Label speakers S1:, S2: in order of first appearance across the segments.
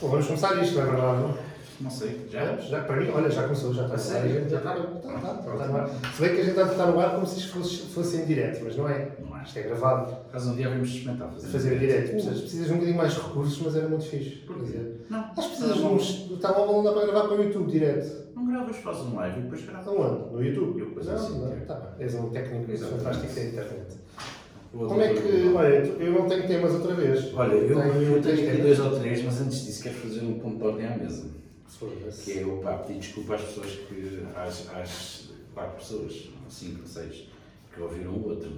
S1: Bom, vamos começar isto, não é verdade? não?
S2: Não sei,
S1: Já,
S2: já?
S1: já, para mim, olha, já começou, já está.
S2: A sério?
S1: Já está, já está, já está, já está no ar. Se bem que a gente está no ar como se isto fosse, fosse em direto, mas não é.
S2: Não é.
S1: Isto é gravado.
S2: Por causa um dia vamos experimentar fazer.
S1: Fazer em direto. Precisas, precisas de um bocadinho mais de recursos, mas era muito fixe.
S2: Por
S1: Quer dizer,
S2: Não, um
S1: Acho que precisas de uns. O telemóvel não dá para gravar para o YouTube direto.
S2: Não gravas, fazes um live e depois gravas.
S1: Aonde? No YouTube?
S2: Eu, pois,
S1: não,
S2: assim,
S1: não,
S2: é.
S1: está bem. És um técnico
S2: Exatamente.
S1: fantástico da internet.
S2: Eu
S1: Como é
S2: adoro
S1: que.
S2: o-
S1: Olha, eu não tenho temas outra vez.
S2: Olha, eu,
S1: um
S2: eu tenho aqui
S1: temas.
S2: dois ou três, mas antes disso quero fazer um ponto de ordem à mesa.
S1: Foda-se.
S2: Que é eu pá, pedir desculpa às pessoas que. às, às quatro pessoas, ou cinco, ou seis, que ouviram o outro.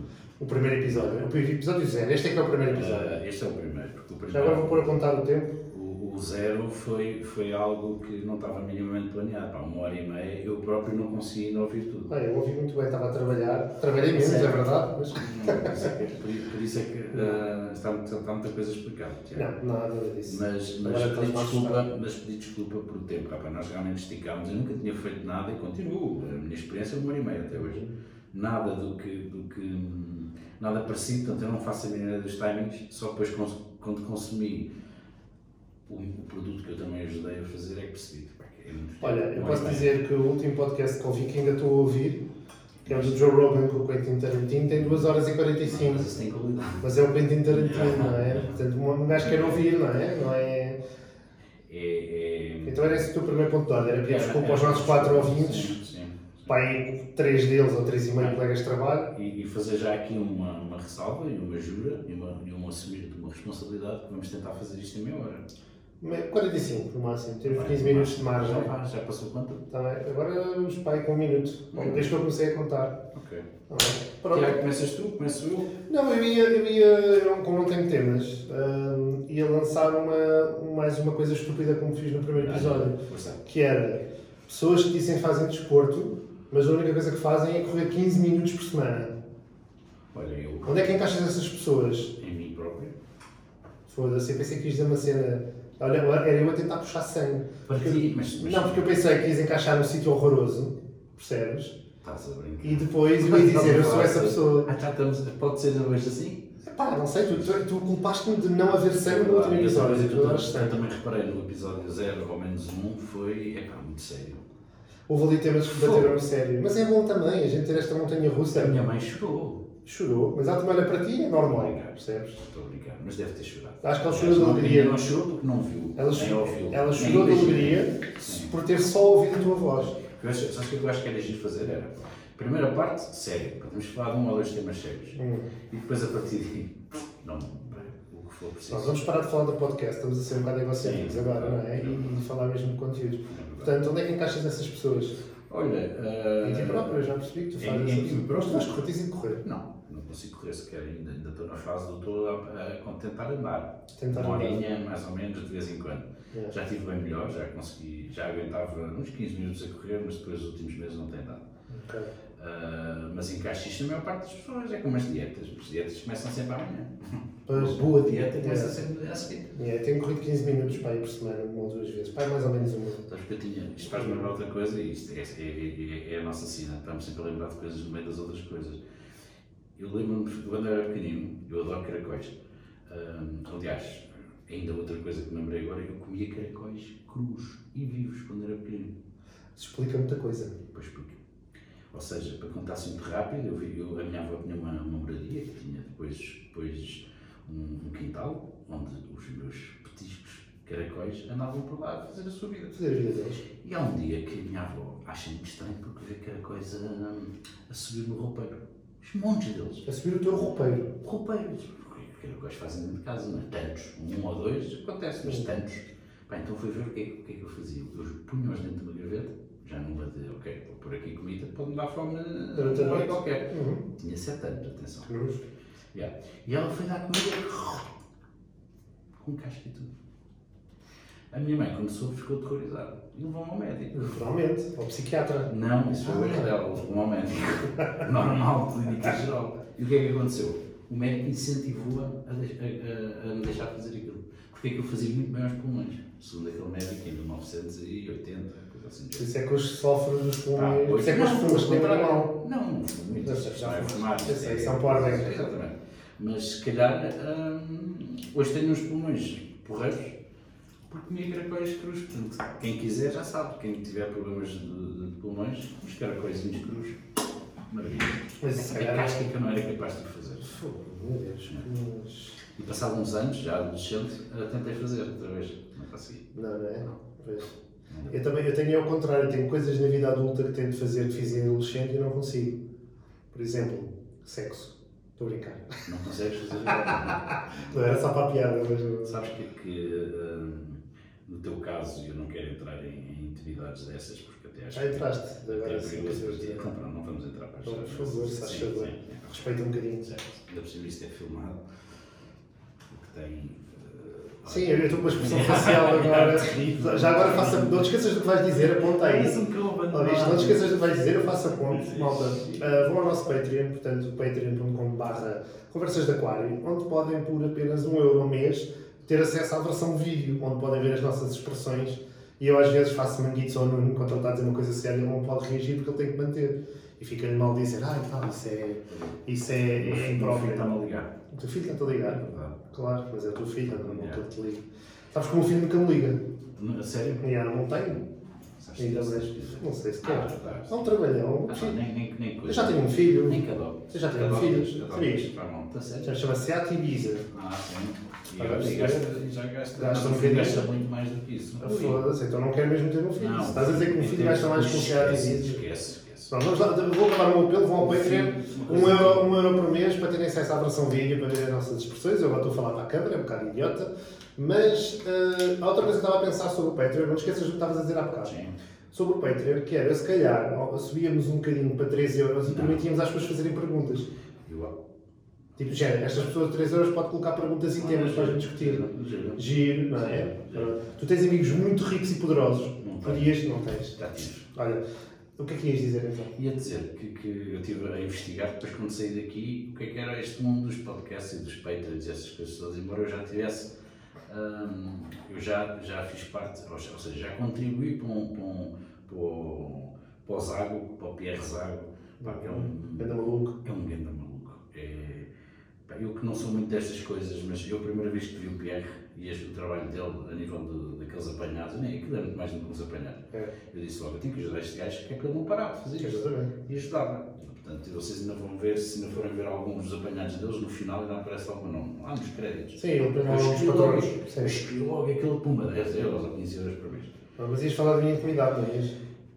S1: O primeiro episódio. O primeiro episódio zero. Este é que é o primeiro episódio.
S2: Ah, este é o primeiro, porque o primeiro.
S1: Já agora vou pôr a contar o tempo.
S2: O, o zero foi, foi algo que não estava minimamente planeado. Pá, uma hora e meia, eu próprio não consegui ainda ouvir tudo.
S1: Olha, eu ouvi muito bem, estava a trabalhar. Trabalhei menos, é
S2: Zero.
S1: verdade, mas.
S2: Por, por isso é que ah, está, muita- está muita coisa explicada. Tiago.
S1: Não, nada disso.
S2: Mas, mas,
S1: Agora
S2: pedi
S1: estás mais
S2: desculpa,
S1: focado.
S2: mas pedi desculpa por o tempo. Rapaz, nós realmente esticámos. Eu nunca tinha feito nada e continuo. A minha experiência é uma hora e meia até hoje. Nada do que. Do que hum, nada parecido, portanto eu não faço a mínima dos timings. Só depois, cons- quando consumi o, o produto que eu também ajudei a fazer, é que percebi. pá, que é muito
S1: Olha, eu
S2: uma
S1: posso
S2: hora e meia.
S1: dizer que o último podcast que ouvi, que ainda estou a ouvir, que é o do Joe Rogan com o Quentin Tarantino, tem 2 horas e
S2: Sim,
S1: 45.
S2: mas isso tem qualidade.
S1: Mas é o Quentin Tarantino, não é? Portanto, um gajo quer ouvir, não é? Não é?
S2: É, é...
S1: Então era esse o teu primeiro ponto de ordem, era pedir desculpa aos nossos quatro ouvintes,
S2: Sim, sim.
S1: pai, três deles ou três e meio colegas de trabalho.
S2: E, e fazer já aqui uma, uma ressalva e uma jura e, uma, e um assumir de uma responsabilidade que vamos tentar fazer isto em meia hora.
S1: Me- 45 no máximo, temos 15 minutos de margem.
S2: Já, pá, já passou quanto?
S1: Tá bem? Agora vamos pai com um minuto, desde que eu comecei a contar.
S2: Ok.
S1: Tá bem? Pronto.
S2: Tiago, começas tu, começo eu.
S1: Não, eu ia, eu ia eu não- como não tenho temas, hum, ia lançar uma, mais uma coisa estúpida como fiz no primeiro episódio,
S2: Força.
S1: que era pessoas que dizem que fazem desporto, mas a única coisa que fazem é correr 15 minutos por semana.
S2: Olha, eu
S1: Onde é que encaixas essas pessoas?
S2: em mim próprio.
S1: Foda-se, eu pensei que quis dizer uma cena. Olha, agora era eu a tentar puxar sangue.
S2: Para ti, mas, mas
S1: Não, porque eu pensei que quis encaixar num sítio horroroso, percebes?
S2: estás a brincar.
S1: E depois eu ia dizer, eu sou essa pessoa.
S2: Ah, já estamos. Pode ser hoje assim?
S1: Pá, não sei, tu, tu, tu culpaste-me de não haver sangue no último
S2: Ah, e outra coisa
S1: episódio.
S2: que
S1: Tu adoras
S2: Eu, eu
S1: sangue.
S2: também reparei no episódio 0 ou menos 1 um, foi. É pá, muito sério.
S1: Houve ali temas que bateram sério. Mas é bom também, a gente ter esta montanha
S2: A
S1: russa.
S2: minha mãe chorou.
S1: Chorou, mas ela também olha para ti, é normal, percebes?
S2: Estou a brincar, mas deve ter chorado.
S1: Acho que ela chorou de
S2: Não,
S1: alegria. é?
S2: Não chorou porque não viu.
S1: Ela,
S2: nem
S1: cho-
S2: ouviu,
S1: ela
S2: nem
S1: chorou de
S2: imaginou.
S1: alegria
S2: Sim.
S1: por ter só ouvido a tua voz.
S2: Eu acho- Sabes o que eu acho que era giro fazer? Era. Primeira parte, sério. Podemos falar de um ou dois temas sérios.
S1: Hum.
S2: E depois a partir daí. Não, bem, o que for preciso.
S1: Nós vamos parar de falar do podcast, estamos a ser um bocado egocêntricos
S2: Sim.
S1: agora, não é? E, e falar mesmo de conteúdos. Portanto, onde é que encaixas essas pessoas?
S2: Olha. ah,
S1: Em ti próprio, eu já percebi que tu
S2: em-
S1: fazes.
S2: em
S1: essas-
S2: ti
S1: Mas tu
S2: próprio?
S1: vais correr, tens ido correr.
S2: Não, não consigo correr sequer. Ainda ainda estou na fase do estou a, a tentar andar.
S1: Tentar
S2: Uma
S1: andar.
S2: horinha, mais ou menos, de vez em quando.
S1: É.
S2: Já estive bem melhor, já consegui, já aguentava uns 15 minutos a correr, mas depois os últimos meses não tem dado.
S1: Ok.
S2: Ah, mas encaixa isto na maior parte das pessoas, é como as dietas. As dietas começam sempre amanhã.
S1: Pois.
S2: Uma boa dieta começa
S1: É.
S2: sempre a seguir.
S1: É, tenho corrido 15 minutos para ir por semana, uma ou duas vezes. Para mais ou menos uma.
S2: Sabes que eu tinha, isto faz-me lembrar outra coisa e isto é, é- é- é a nossa sina, estamos sempre a lembrar de coisas no meio das outras coisas. Eu lembro-me de quando era pequenino, eu adoro caracóis. Ah, aliás, ainda outra coisa que me lembrei agora, eu comia caracóis crus e vivos quando era pequenino.
S1: Isso explica muita coisa.
S2: Depois porque. Ou seja, para contar assim muito rápido, eu, vi- eu, a minha avó tinha uma, uma moradia que tinha depois, depois um, um quintal onde os meus petiscos caracóis andavam por lá a fazer a sua vida.
S1: Fazer a vida deles.
S2: E há um dia que a minha avó acha muito estranho porque vê caracóis a, a subir no roupeiro. Os montes deles.
S1: A é subir o teu roupeiro.
S2: Roupeiros. Porque é caracóis fazem dentro de casa, não é? Tantos. Um ou dois, acontece, mas tantos. Pá, então fui ver o que, é, que- o que é que eu fazia. Eu punho-os dentro de uma gaveta, já numa de, ok, vou pôr aqui comida, pode-me dar fome
S1: Durante a
S2: uma hora
S1: noite.
S2: qualquer.
S1: Uhum.
S2: Tinha 7 anos, atenção.
S1: Que nojo.
S2: Yeah. E ela foi dar comida com casca e tudo. A minha mãe começou, ficou terrorizada. E levou-me ao médico.
S1: Naturalmente. Ao psiquiatra.
S2: Não, isso foi o erro dela, um médico normal, clínica geral. E o que é que aconteceu? O médico incentivou-a a, deix- a- a- a me deixar fazer aquilo. Porque aquilo fazia muito bem aos pulmões, segundo aquele médico em 1980, coisa assim. do
S1: Por
S2: género.
S1: isso é que hoje sofre dos
S2: Ah,
S1: pulmões. Por
S2: pois-
S1: isso é que hoje
S2: não,
S1: fumas
S2: ao
S1: nem um
S2: contrário.
S1: animal.
S2: Não, não fumo,
S1: Já-
S2: isso
S1: já
S2: não é
S1: fumo.
S2: fumar,
S1: Eu
S2: isso
S1: sei, isso é um powerbank.
S2: Exatamente. ah, Mas se calhar hum, hoje tenho uns pulmões porreiros, porque comia caracóis crus. Portanto, quem quiser já sabe, quem tiver problemas de, de, de pulmões, os caracóisinhos crus. Maravilha.
S1: Mas se
S2: A
S1: calhar. é
S2: casca que eu não era capaz de fazer.
S1: Fogo, meu Deus, mas-
S2: E passado uns anos, já adolescente, eh, tentei fazer outra vez. Não consegui.
S1: Não, não é? Pois. Eu também eu tenho ao contrário, tenho coisas na vida adulta que tento fazer que fiz em adolescente e não consigo. Por exemplo, sexo. Estou a brincar.
S2: Não consegues fazer nada.
S1: Não era só para a piada, mas. não-
S2: Sabes que, que hum, no teu caso, eu não quero entrar em, em intimidades dessas, porque até acho
S1: Já entraste,
S2: que até
S1: agora
S2: é
S1: sim.
S2: perigoso para ti.
S1: quer
S2: Não,
S1: dizer,
S2: não, não vamos entrar para as
S1: Não, por
S2: chaves.
S1: favor, se faz favor. Respeita um bocadinho.
S2: é, Certo. Ainda por cima isto é filmado, o que tem... eh,
S1: Sim, eu estou com uma expressão facial agora.
S2: É Terrível.
S1: Já agora faça. Não te esqueças do que vais dizer, aponta aí.
S2: Parece um cão
S1: Ó, bicho,
S2: abandonado.
S1: não te esqueças do que vais dizer, eu faço a ponte,
S2: Sim.
S1: malta. Ah, vão ao nosso Patreon, portanto, patreon.com.br conversas de aquário, onde podem, por apenas um euro ao mês, ter acesso à versão vídeo, onde podem ver as nossas expressões. E eu, às vezes, faço manguitos ou Nuno, enquanto ele está a dizer uma coisa séria, ele não pode reagir porque ele tem que manter. E fica-lhe mal dizer, ah, tal, isso é, isso é,
S2: O
S1: é
S2: filho
S1: impróprio.
S2: está-me a ligar.
S1: O teu filho está-te a
S2: É
S1: ligar?
S2: verdade.
S1: Claro, mas é o teu filho, não não
S2: Yeah.
S1: estou te liga. Sabes como o filho nunca me liga?
S2: A sério?
S1: E eu não tenho.
S2: Sabes
S1: Ainda
S2: disso?
S1: mais, não sei se
S2: Ah,
S1: quer.
S2: tá.
S1: É um trabalhão.
S2: Ah,
S1: filho.
S2: nem, nem, nem coisa.
S1: Eu já tenho um filho.
S2: Nem cadó.
S1: Eu já tenho um filhos, sabias?
S2: Está certo.
S1: Já chama-se At Ibiza.
S2: Ah, sim. E
S1: Agora
S2: agora
S1: sim.
S2: gasta, já gasta.
S1: Gasta
S2: Gasta,
S1: um bocadinho.
S2: gasta muito mais do que isso.
S1: Ah,
S2: Ui.
S1: Foda-se, então não quero mesmo ter um filho. Se estás a dizer que um filho gasta mais com o At
S2: Esquece,
S1: Ibiza.
S2: Esquece, esquece.
S1: Pronto, vamos lá, vou acabar o meu apelo, vão ao
S2: Um
S1: Patreon.
S2: filho, uma
S1: Um
S2: coisa assim.
S1: euro, um euro por mês para terem acesso à versão vídeo, para verem as nossas expressões. Eu agora estou a falar para a câmera, é um bocado idiota. Mas eh, a outra coisa que eu estava a pensar sobre o Patreon, não te esqueças do que estavas a dizer há bocado.
S2: Sim.
S1: Sobre o Patreon, que era, se calhar, subíamos um bocadinho para 13 euros e
S2: Não.
S1: permitíamos às pessoas fazerem perguntas.
S2: Eu-
S1: Tipo, género, estas pessoas de 3 euros podem colocar perguntas e temas para a gente discutir.
S2: Giro.
S1: Giro, não é?
S2: Sim.
S1: Pronto. Tu tens amigos muito ricos e poderosos.
S2: Não tenho.
S1: Podias? Não tens.
S2: Já tive.
S1: Olha, o que é que ias dizer então?
S2: Ia dizer que, que eu estive a investigar depois quando saí daqui o que é que era este mundo dos podcasts e dos Patreons e essas coisas todas, embora eu já tivesse, hum, eu já, já fiz parte, ou se- ou seja, já contribuí para, um, para, um, para, o, para o Zago, para o Pierre Zago, pá, que é um,
S1: Anda Hum. maluco.
S2: é um grande maluco. É, pá, eu que não sou muito destas coisas, mas eu a primeira vez que vi o Pierre e este, o trabalho dele a nível de, daqueles apanhados, nem aquilo era muito mais do que uns apanhados.
S1: É.
S2: Eu disse logo, eu tenho que ajudar este gajo, porque é que ele não parava de fazer isto
S1: Exatamente.
S2: e ajudava. Portanto, vocês ainda vão ver, se ainda forem ver alguns dos apanhados deles, no final ainda aparece algum nome, lá nos créditos.
S1: Sim, ele
S2: Eu
S1: pegou os
S2: escolhi logo,
S1: patrões.
S2: eu
S1: Sim.
S2: escolhi logo aquele puma, 10 euros ou 15 euros por mês.
S1: Ah, Mas ias falar da minha intimidade, não ias?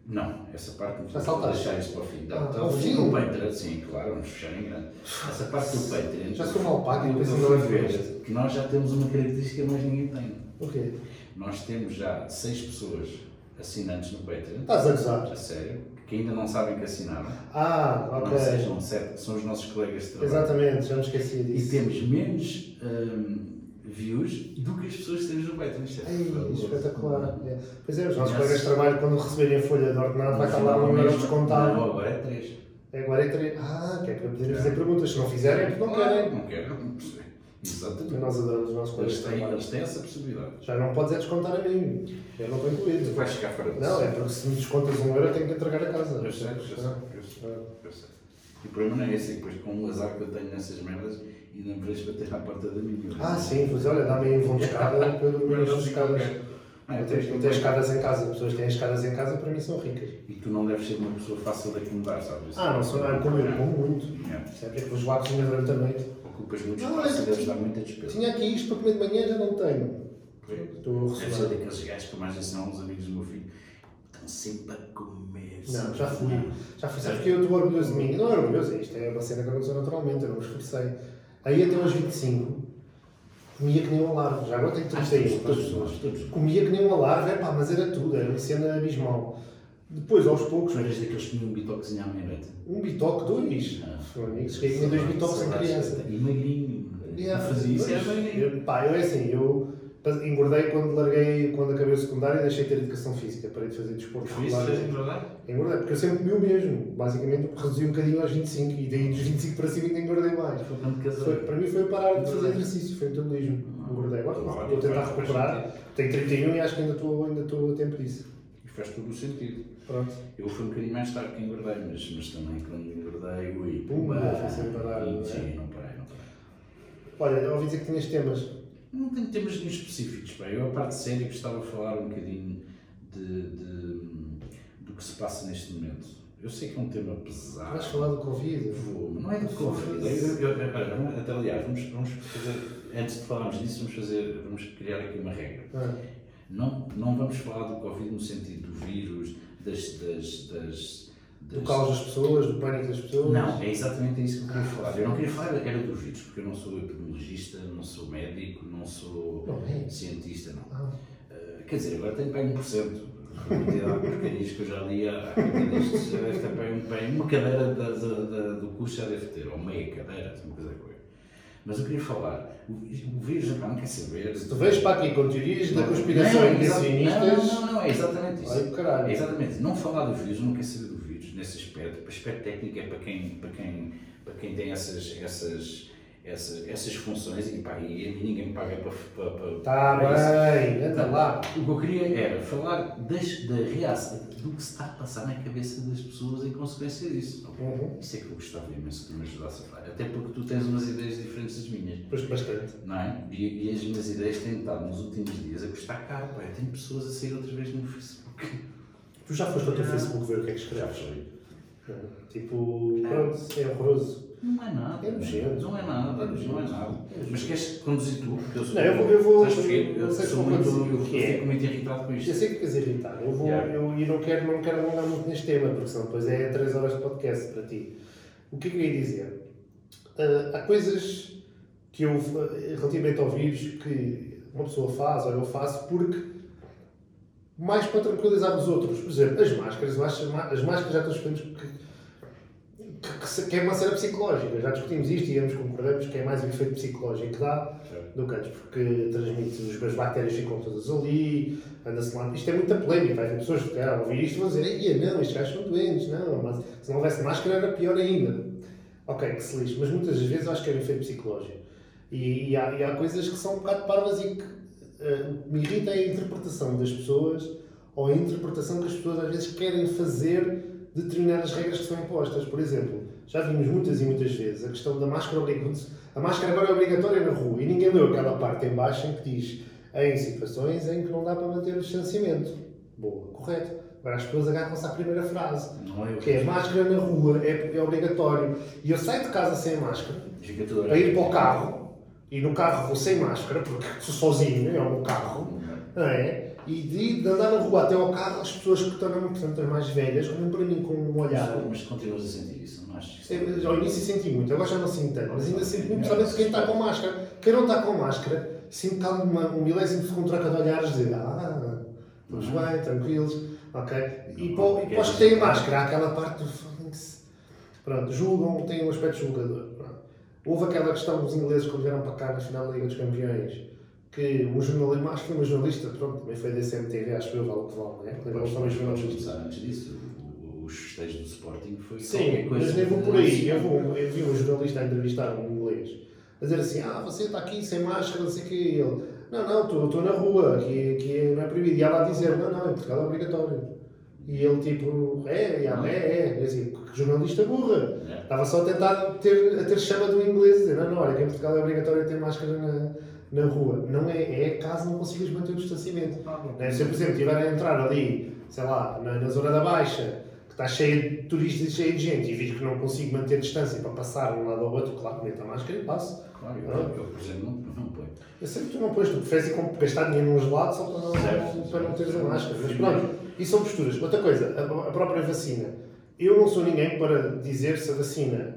S2: Não, essa parte
S1: Já
S2: não
S1: saltaste?
S2: deixar isso para o fim.
S1: Ah,
S2: Não, então,
S1: ao
S2: vamos
S1: fim?
S2: no Patreon, sim, claro, vamos fechar em grande. Essa parte do Patreon.
S1: Já sou mal pago,
S2: eu
S1: depois
S2: fui
S1: ainda
S2: ver
S1: vais
S2: que nós já temos uma característica que mais ninguém tem.
S1: O quê?
S2: Nós temos já 6 pessoas assinantes no Patreon,
S1: Estás a gozar?
S2: a sério, que ainda não sabem que assinaram.
S1: Ah,
S2: Não
S1: ok.
S2: sejam sete, são os nossos colegas de trabalho.
S1: Exatamente, já me esqueci
S2: e
S1: disso.
S2: temos menos hum, views do que as pessoas que temos no Patreon. Isto é
S1: Ei,
S2: fabuloso.
S1: espetacular. É. Pois é, os nossos
S2: Yes.
S1: colegas de trabalho, quando receberem a folha de ordenado, vai estar lá um número descontado.
S2: Não, agora é 3.
S1: Agora é três. Ah, que é para poderem fazer perguntas. Se não fizerem, é porque não querem.
S2: Não querem. Exatamente.
S1: Nós adoramos os nossos colegas
S2: Eles
S1: de
S2: têm,
S1: trabalho.
S2: eles têm essa possibilidade.
S1: Já não podes é descontar a mim. Eu não estou incluído.
S2: Vai chegar fora disso.
S1: Não, é porque se me descontas um euro, eu tenho que entregar a casa.
S2: Eu sei, eu sei, eu sei,
S1: Ah,
S2: eu sei. E o problema não é esse, é que depois com o azar que eu tenho nessas merdas, ainda me vejo bater à porta da minha.
S1: Ah, sim, pois olha, dá-me aí um vão de escada para eu dormir
S2: Mas não
S1: nas
S2: sei
S1: escadas.
S2: qual Ah,
S1: Eu
S2: eu
S1: tenho,
S2: tenho-
S1: não tenho escadas em casa, as pessoas que têm escadas em casa para mim são ricas.
S2: E tu não deves ser uma pessoa fácil de acomodar, sabes?
S1: Ah, não sou nada como eu, como muito.
S2: É.
S1: Sempre é que vos lá cozinha durante a noite.
S2: Ocupas muito
S1: Não,
S2: espaço
S1: é-
S2: e deves dar muita despesa.
S1: Tinha aqui isto para comer de manhã, já não tenho. Estou a
S2: Deve ser
S1: receber.
S2: daqueles gajos que eu mais ensinam aos amigos do meu filho. Estão sempre a comer.
S1: Não,
S2: sempre
S1: já
S2: a
S1: fui.
S2: comer.
S1: Já fui,
S2: É.
S1: sabes que eu estou orgulhoso de mim. Não é orgulhoso, isto é uma cena que aconteceu naturalmente, eu não me esforcei. Aí até aos 25, comia que nem um alarve. Já agora tenho
S2: Ah,
S1: 31,
S2: todos
S1: todos
S2: nós, todos nós.
S1: Comia que nem um alarve, epá, mas era tudo, era uma cena abismal. Depois, aos poucos,
S2: Os velhos daqueles que comiam um bitoquezinho à meia-noite.
S1: um bitoque, dois.
S2: Ah.
S1: Foi amigo, cheguei com É dois bitoques em
S2: Saudades.
S1: criança. é,
S2: E magrinho.
S1: Yeah,
S2: Não fazia É, isso, era
S1: dois.
S2: magrinho.
S1: Eu- Pá, eu é assim, eu pas- engordei quando larguei, quando acabei o secundário e deixei de ter educação física, parei de fazer desporto
S2: Foi isso que
S1: regular.
S2: fez engordar?
S1: Engordei, porque eu sempre comi o mesmo. Basicamente reduzi um bocadinho aos 25 e daí dos 25 para cima ainda engordei mais.
S2: Foi um quando
S1: Foi-
S2: casou.
S1: para mim foi parar de fazer exercício, foi metabolismo.
S2: Ah,
S1: Engordei agora,
S2: Agora,
S1: estou a tentar
S2: agora,
S1: recuperar. Tenho 31 e acho que ainda estou ainda estou a tempo disso.
S2: E faz todo o sentido.
S1: Pronto.
S2: Eu fui um bocadinho mais tarde que engordei, mas, mas também quando engordei, ui,
S1: Pumba,
S2: pumba,
S1: foi sem parar,
S2: e
S1: não é?
S2: sim, não parei, não parei.
S1: Olha, eu ouvi dizer que tinhas temas.
S2: Não tenho temas nenhum específicos. Pá. Eu, a parte séria, gostava de falar um bocadinho de, de- do que se passa neste momento. Eu sei que é um tema pesado.
S1: Vais falar do Covid?
S2: Vou, mas não é de Covid. Eu- eu- eu- olha, vamos- até, aliás, vamos, vamos fazer, antes de falarmos disso, vamos, fazer, vamos criar aqui uma regra.
S1: Ah,
S2: Não, não vamos falar do Covid no sentido do vírus, das. das, das,
S1: do
S2: das-
S1: caos das pessoas, do pânico das pessoas?
S2: Não, é exatamente isso que eu queria falar. Eu não queria falar era do vírus, porque eu não sou epidemiologista, não sou médico, não sou
S1: Não é?
S2: cientista, não.
S1: Ah,
S2: Eh, quer dizer, agora tenho para aí 1%. A quantidade de porcarias que eu já li há décadas, já deve ter para aí um- para aí uma cadeira da- da- da- do curso já deve ter, ou meia cadeira, assim, uma coisa qualquer. Mas eu queria falar, o, o vírus epá, não quer saber.
S1: se tu vens para aqui com teorias da conspiração
S2: Não,
S1: e
S2: exa-
S1: negacionistas,
S2: Não, não, não, é exatamente isso.
S1: olha o caralho.
S2: É Exatamente, não falar do vírus, não quer saber do vírus nesse aspecto. O aspecto técnico é para quem, para quem, para quem tem essas, essas, essas, essas funções e, pá, e a mim ninguém me paga para. para, para
S1: Está
S2: para isso.
S1: Tá bem, anda lá.
S2: O que eu queria era falar das, da reação, do que se está a passar na cabeça das pessoas em consequência disso. ok?
S1: Uhum.
S2: Isso é que eu gostava imenso que tu me ajudasse a falar. Até porque tu tens umas ideias diferentes das minhas
S1: Pois bastante.
S2: não é? E, e as minhas ideias têm estado nos últimos dias a custar caro, pá. Eu tenho pessoas a sair outra vez no Facebook.
S1: Tu já foste ao teu Facebook ver o que é que
S2: Já
S1: escreves?
S2: falei.
S1: Não. Tipo, pronto, é horroroso.
S2: Não é nada.
S1: É nojento.
S2: Não é nada, não é nada. Mas queres conduzir tu? Porque eu sou.
S1: Não, eu vou- eu vou-
S2: Sabes porquê?
S1: eu
S2: Eu
S1: sei
S2: sou
S1: como
S2: muito.
S1: conduzir.
S2: Eu
S1: Que é?
S2: fico muito irritado com
S1: Eu
S2: isto.
S1: sei que queres irritar, eu, vou,
S2: Yeah.
S1: eu, e não quero, não quero alongar muito neste tema, porque senão depois é 3 horas de podcast para ti. O que eu queria dizer? Ah, há coisas que eu, eh, relativamente ao vírus, que uma pessoa faz ou eu faço porque mais para tranquilizar os outros. Por exemplo, as máscaras, eu acho as má- as máscaras já estão suspensas porque que, que se- que é uma cena psicológica. Já discutimos isto e ambos concordamos que é mais o efeito psicológico que dá
S2: Certo.
S1: do que antes, porque transmite, as bactérias ficam todas ali, anda-se lá. Isto é muita polémica, vai haver pessoas que calhar, ao ouvir isto vão dizer: Ei, não, estes gajos são doentes, não, mas se não houvesse máscara era pior ainda. Ok, que se lixe, mas muitas das vezes eu acho que é um efeito psicológico. E, e há, e há coisas que são um bocado parvas e que eh, o que me irrita é a interpretação das pessoas ou a interpretação que as pessoas às vezes querem fazer de determinadas regras que são impostas. Por exemplo, já vimos muitas e muitas vezes a questão da máscara obrigatória. A máscara agora é obrigatória na rua e ninguém leu aquela parte em baixo em que diz em situações em que não dá para manter o distanciamento. Boa, correto. Agora as pessoas agarram-se à primeira frase.
S2: Não é o
S1: Que é máscara na rua, é, é obrigatório. E eu saio de casa sem máscara,
S2: Fica tudo
S1: para ir para o carro, e no carro vou sem máscara, porque sou sozinho, é o meu carro, não é? E de, de andar na rua até ao carro, as pessoas que também, portanto, as mais velhas, olham para mim com um olhar.
S2: Mas continuas a sentir isso, é não achas? que
S1: Eu, É, Ao início senti muito, agora já não sinto tanto, mas ainda sinto muito, principalmente quem está com máscara. Quem não está com máscara, sinto que há uma, um milésimo de segundo troca de olhares, dizer, ah, estamos bem, tranquilos, ok? E para, o- e para os que têm máscara, há aquela parte do foda-se. Pronto, julgam, têm um aspecto julgador. pronto. Houve aquela questão dos ingleses quando vieram para cá na final da Liga dos Campeões, que um jornalista, acho que foi uma jornalista, pronto, também foi da CMTV, acho que eu, vale o que vale, né? Porque eles também
S2: Vamos
S1: jornalistas.
S2: começar antes disso. O- Os festejos do Sporting foi
S1: Sim,
S2: qualquer coisa
S1: mas nem vou
S2: de-
S1: por aí. Eu, vou, eu vi um jornalista a entrevistar um inglês a dizer assim: Ah, você está aqui sem máscara, não sei o quê. E ele: Não, não, estou- estou na rua, que, que não é proibido. E ela a dizer: Não, não, em Portugal é obrigatório. E ele tipo: É, e
S2: Ah.
S1: ela, é, é. E assim, que jornalista burra.
S2: É.
S1: Estava só a tentar ter, a ter chama do inglês, dizer: Não, não, olha, que em Portugal é obrigatório ter máscara na, na rua. Não é, é caso não consigas manter o distanciamento. Né? Se eu, por exemplo, estiver a entrar ali, sei lá, na, na zona da Baixa, que está cheia de turistas e cheia de gente, e vejo que não consigo manter distância para passar de um lado ao outro, claro que meto a máscara e passo.
S2: Claro, eu, eu, por exemplo, não, não ponho.
S1: Eu sei que tu não pões, tu preferes ir com- gastar dinheiro num gelado só para não,
S2: Certo.
S1: para não teres a máscara. Mas
S2: Sim.
S1: pronto, isso são posturas. Outra coisa, a, a própria vacina. Eu não sou ninguém para dizer se a vacina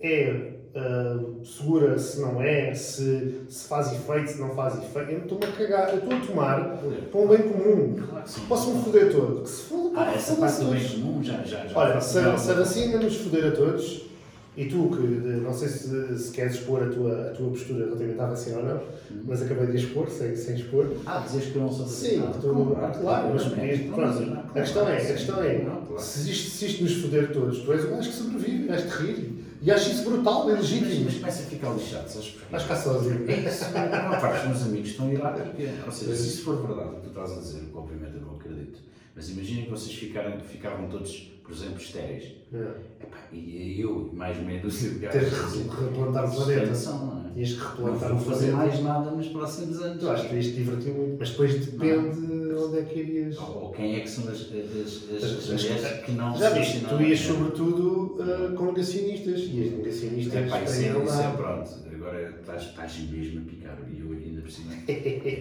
S1: é ah, segura, se não é, se, se faz efeito, se não faz efeito. Eu estou-me a cagar, eu estou a tomar para um bem comum.
S2: Claro que sim.
S1: Posso me foder todo? Que se foda,
S2: Ah,
S1: pá,
S2: essa
S1: foda-se
S2: parte do bem
S1: todos.
S2: comum já. já, já
S1: Olha, se,
S2: já-
S1: a- se assim- a vacina nos foder a todos, e tu, que eh, não sei se, se queres expor a tua, a tua postura relativamente à vacina ou não,
S2: Uhum.
S1: mas acabei de expor, sem, sem expor.
S2: Ah, dizes que eu não sou
S1: Sim,
S2: vacinado.
S1: que tu, ah, claro, mas podias. Pronto, a questão é, a questão é,
S2: Não, claro.
S1: se isto, se isto nos foder todos, tu és o gajo que um sobrevive, vais-te rir. E acho isso brutal, é
S2: Mas,
S1: legítimo.
S2: mas começa a ficar lixado, sabes porquê?
S1: Mas cá sozinho.
S2: É isso, a maior parte dos meus amigos estão a ir à terapia. Ou seja, se isso for verdade o que tu estás a dizer, o que obviamente eu não acredito, mas imagina que vocês ficaram, ficavam todos, por exemplo, estéreis.
S1: É.
S2: Epá, e eu, e mais meia dúzia de
S1: Tens
S2: gajos.
S1: de replantar o planeta.
S2: Sustentação, não é?
S1: Tinhas que
S2: Não
S1: replantar
S2: vou
S1: o
S2: fazer
S1: planeta.
S2: mais nada nos próximos anos.
S1: Eu acho que isto divertiu muito, mas depois depende onde é que irias.
S2: Ou ou quem é que são as, as, as,
S1: As-
S2: as mulheres que não
S1: Já viste,
S2: assistem
S1: tu
S2: nada?
S1: ias sobretudo
S2: eh,
S1: uh, com negacionistas. E as negacionistas
S2: É pá, isso
S1: têm
S2: é, isso é
S1: lá.
S2: pronto. Agora estás, estás mesmo a picar e eu ainda por cima.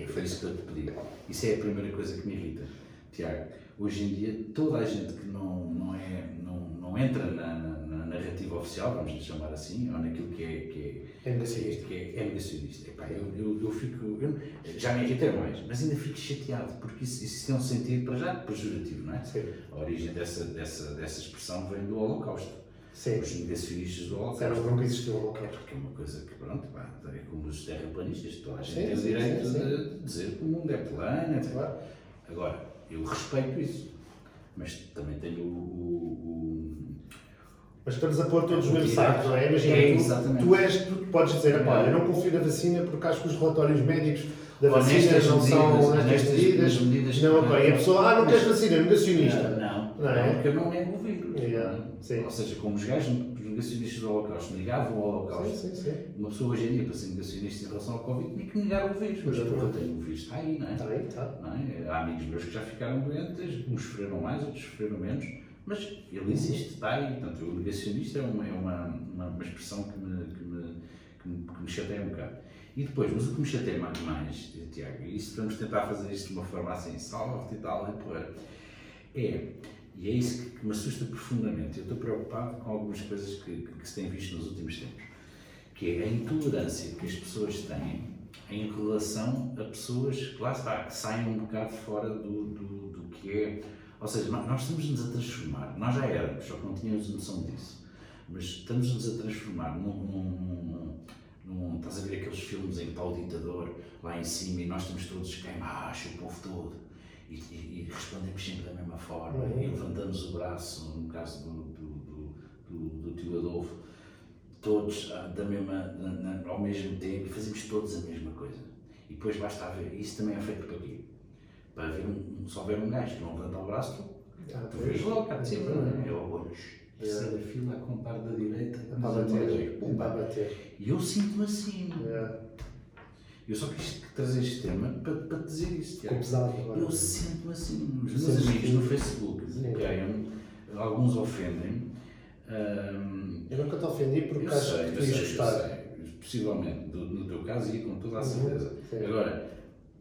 S2: Foi isso que eu te pedi. Isso é a primeira coisa que me irrita. Tiago, hoje em dia toda a gente que não, não, é, não, não entra na, na- na narrativa oficial, vamos lhe chamar assim, ou naquilo que é, que é,
S1: É negacionista.
S2: que é, é negacionista. Epá, eu, eu, eu fico. eu não- já me irritei mais, mas ainda fico chateado, porque isso, isso tem um sentido para já pejorativo, não é?
S1: Sim,
S2: A origem dessa, dessa, dessa expressão vem do Holocausto.
S1: sim.
S2: Os negacionistas do Holocausto.
S1: Disseram que nunca existiu um local.
S2: Porque é uma coisa que, pronto, pá, é como os terraplanistas, toda a gente
S1: Sim,
S2: tem o
S1: sim,
S2: direito
S1: sim,
S2: de dizer que o mundo é plano, etc.
S1: Claro.
S2: Agora, eu respeito isso, mas também tenho o. o, o-
S1: Mas estamos a pôr todos no mesmo saco, não é? Imagina,
S2: É,
S1: tu-
S2: exatamente.
S1: tu, és, tu podes dizer, pá, eu não confio na vacina porque acho que os relatórios médicos da
S2: Ou
S1: vacina
S2: nestas
S1: não são
S2: medidas,
S1: honestas
S2: nestas
S1: medidas.
S2: medidas
S1: Não
S2: que- é
S1: apoio. E a pessoa, ah, não queres vacina, é negacionista.
S2: Não,
S1: Não é?
S2: não, porque eu não nego o vírus.
S1: Yeah,
S2: não é?
S1: sim.
S2: Ou seja, como os gajos, os negacionistas do Holocausto negavam o
S1: Sim,
S2: Holocausto,
S1: sim, sim.
S2: uma pessoa hoje em dia, para ser negacionista em relação ao Covid, tinha que negar o vírus. Mas
S1: Exatamente.
S2: porque tem o vírus, está aí, não é?
S1: Está bem, está.
S2: não é? Há amigos meus que já ficaram doentes, uns sofreram mais, outros sofreram menos, mas ele existe, está aí. Portanto, o negacionista é uma, é uma, uma, uma expressão que me, que, me, que, me, que me chateia um bocado. E depois, mas o que me chateia mais, mais eh, Tiago, e isso vamos tentar fazer isto de uma forma assim, salva-te e tal, e porra, é, e é isso que, que me assusta profundamente. Eu estou preocupado com algumas coisas que, que, que se tem visto nos últimos tempos, que é a intolerância que as pessoas têm em relação a pessoas que lá está, que saem um bocado fora do, do, do que é. Ou seja, nós, nós estamos-nos a transformar, nós já éramos, só que não tínhamos noção disso, mas estamos-nos a transformar num. num- num- num- estás a ver aqueles filmes em que está o ditador lá em cima e nós estamos todos queimados, o povo todo, e, e- e respondemos sempre da mesma forma, e levantamos o braço, no caso do, do, do, do, do tio Adolfo, todos ah, da mesma, na- na- ao mesmo tempo e fazemos todos a mesma coisa. E depois basta haver, isso também é feito para quê? Para haver um, um- se houver um gajo que não levanta o braço, tu-
S1: Ah,
S2: tu vês logo, cá de cima, não é? É o olhos.
S1: É.
S2: Terceira fila a contar da direita,
S1: Está a
S2: mas agora
S1: bater.
S2: é
S1: Está a
S2: pumba.
S1: Um bater.
S2: E eu sinto-me assim.
S1: É,
S2: Eu só quis trazer este tema para, para te dizer isso,
S1: Ficou
S2: Tiago.
S1: pesado agora.
S2: Eu sinto-me assim. Os meus
S1: Sentes
S2: amigos
S1: que-
S2: no Facebook
S1: Sim.
S2: bloqueiam-me, alguns ofendem-me. ahm,
S1: Eu nunca te ofendi porque
S2: Eu
S1: acho
S2: sei,
S1: que
S2: eu
S1: tu
S2: sei,
S1: ias
S2: eu
S1: gostar.
S2: sei. Possivelmente, do- no teu caso, ia com toda a
S1: Uhum,
S2: certeza.
S1: sim.
S2: Agora,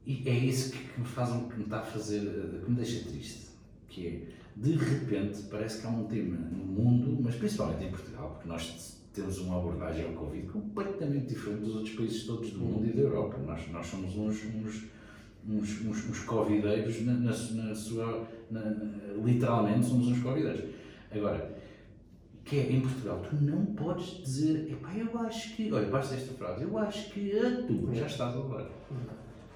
S2: e é isso que, que me faz, um- que me está a fazer, eh, que me deixa triste, que é, de repente, parece que há um tema no mundo, mas principalmente em Portugal, porque nós temos uma abordagem ao Covid completamente diferente dos outros países todos do mundo e da Europa. Nós, nós somos uns, uns, uns, uns, uns covideiros, na, na su- na sua, na- na- literalmente somos uns covideiros. Agora, que é em Portugal, tu não podes dizer, epá, eu acho que, olha, basta esta frase, eu acho que a tu já estás a levar.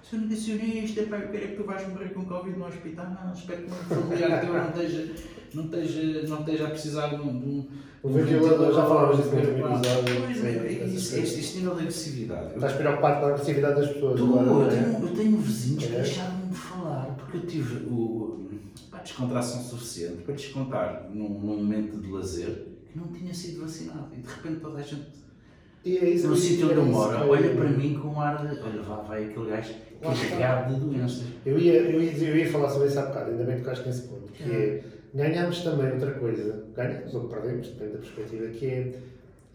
S2: Sou negacionista, epá, eu quero é que tu vais morrer com Covid no hospital, não, espero que o meu familiar teu não esteja, não esteja, não esteja a precisar de um... de um-
S1: O ventilador, já falámos disso no último
S2: Epá,
S1: episódio.
S2: Pois é, é
S1: Essas
S2: isso,
S1: coisas.
S2: este, este nível de agressividade. Eu-
S1: Estás preocupado com a agressividade das pessoas.
S2: Tu,
S1: agora, não
S2: eu,
S1: é?
S2: tenho, eu tenho vizinhos que
S1: É.
S2: deixaram de falar porque eu tive o. Pá, descontração suficiente para descontar num, num momento de lazer que não tinha sido vacinado e de repente toda a gente
S1: E é isso
S2: no
S1: é isso,
S2: sítio onde
S1: era
S2: eu
S1: isso
S2: moro
S1: que eu-
S2: olha para mim com um ar de. Olha, vá, vai aquele gajo
S1: Lá está.
S2: carregado de doenças.
S1: Eu ia, eu, ia, dizer- eu ia falar sobre isso há bocado, ainda bem que tocaste nesse ponto, que é, ganhámos também outra coisa, ganhámos ou perdemos, depende da perspectiva, que é,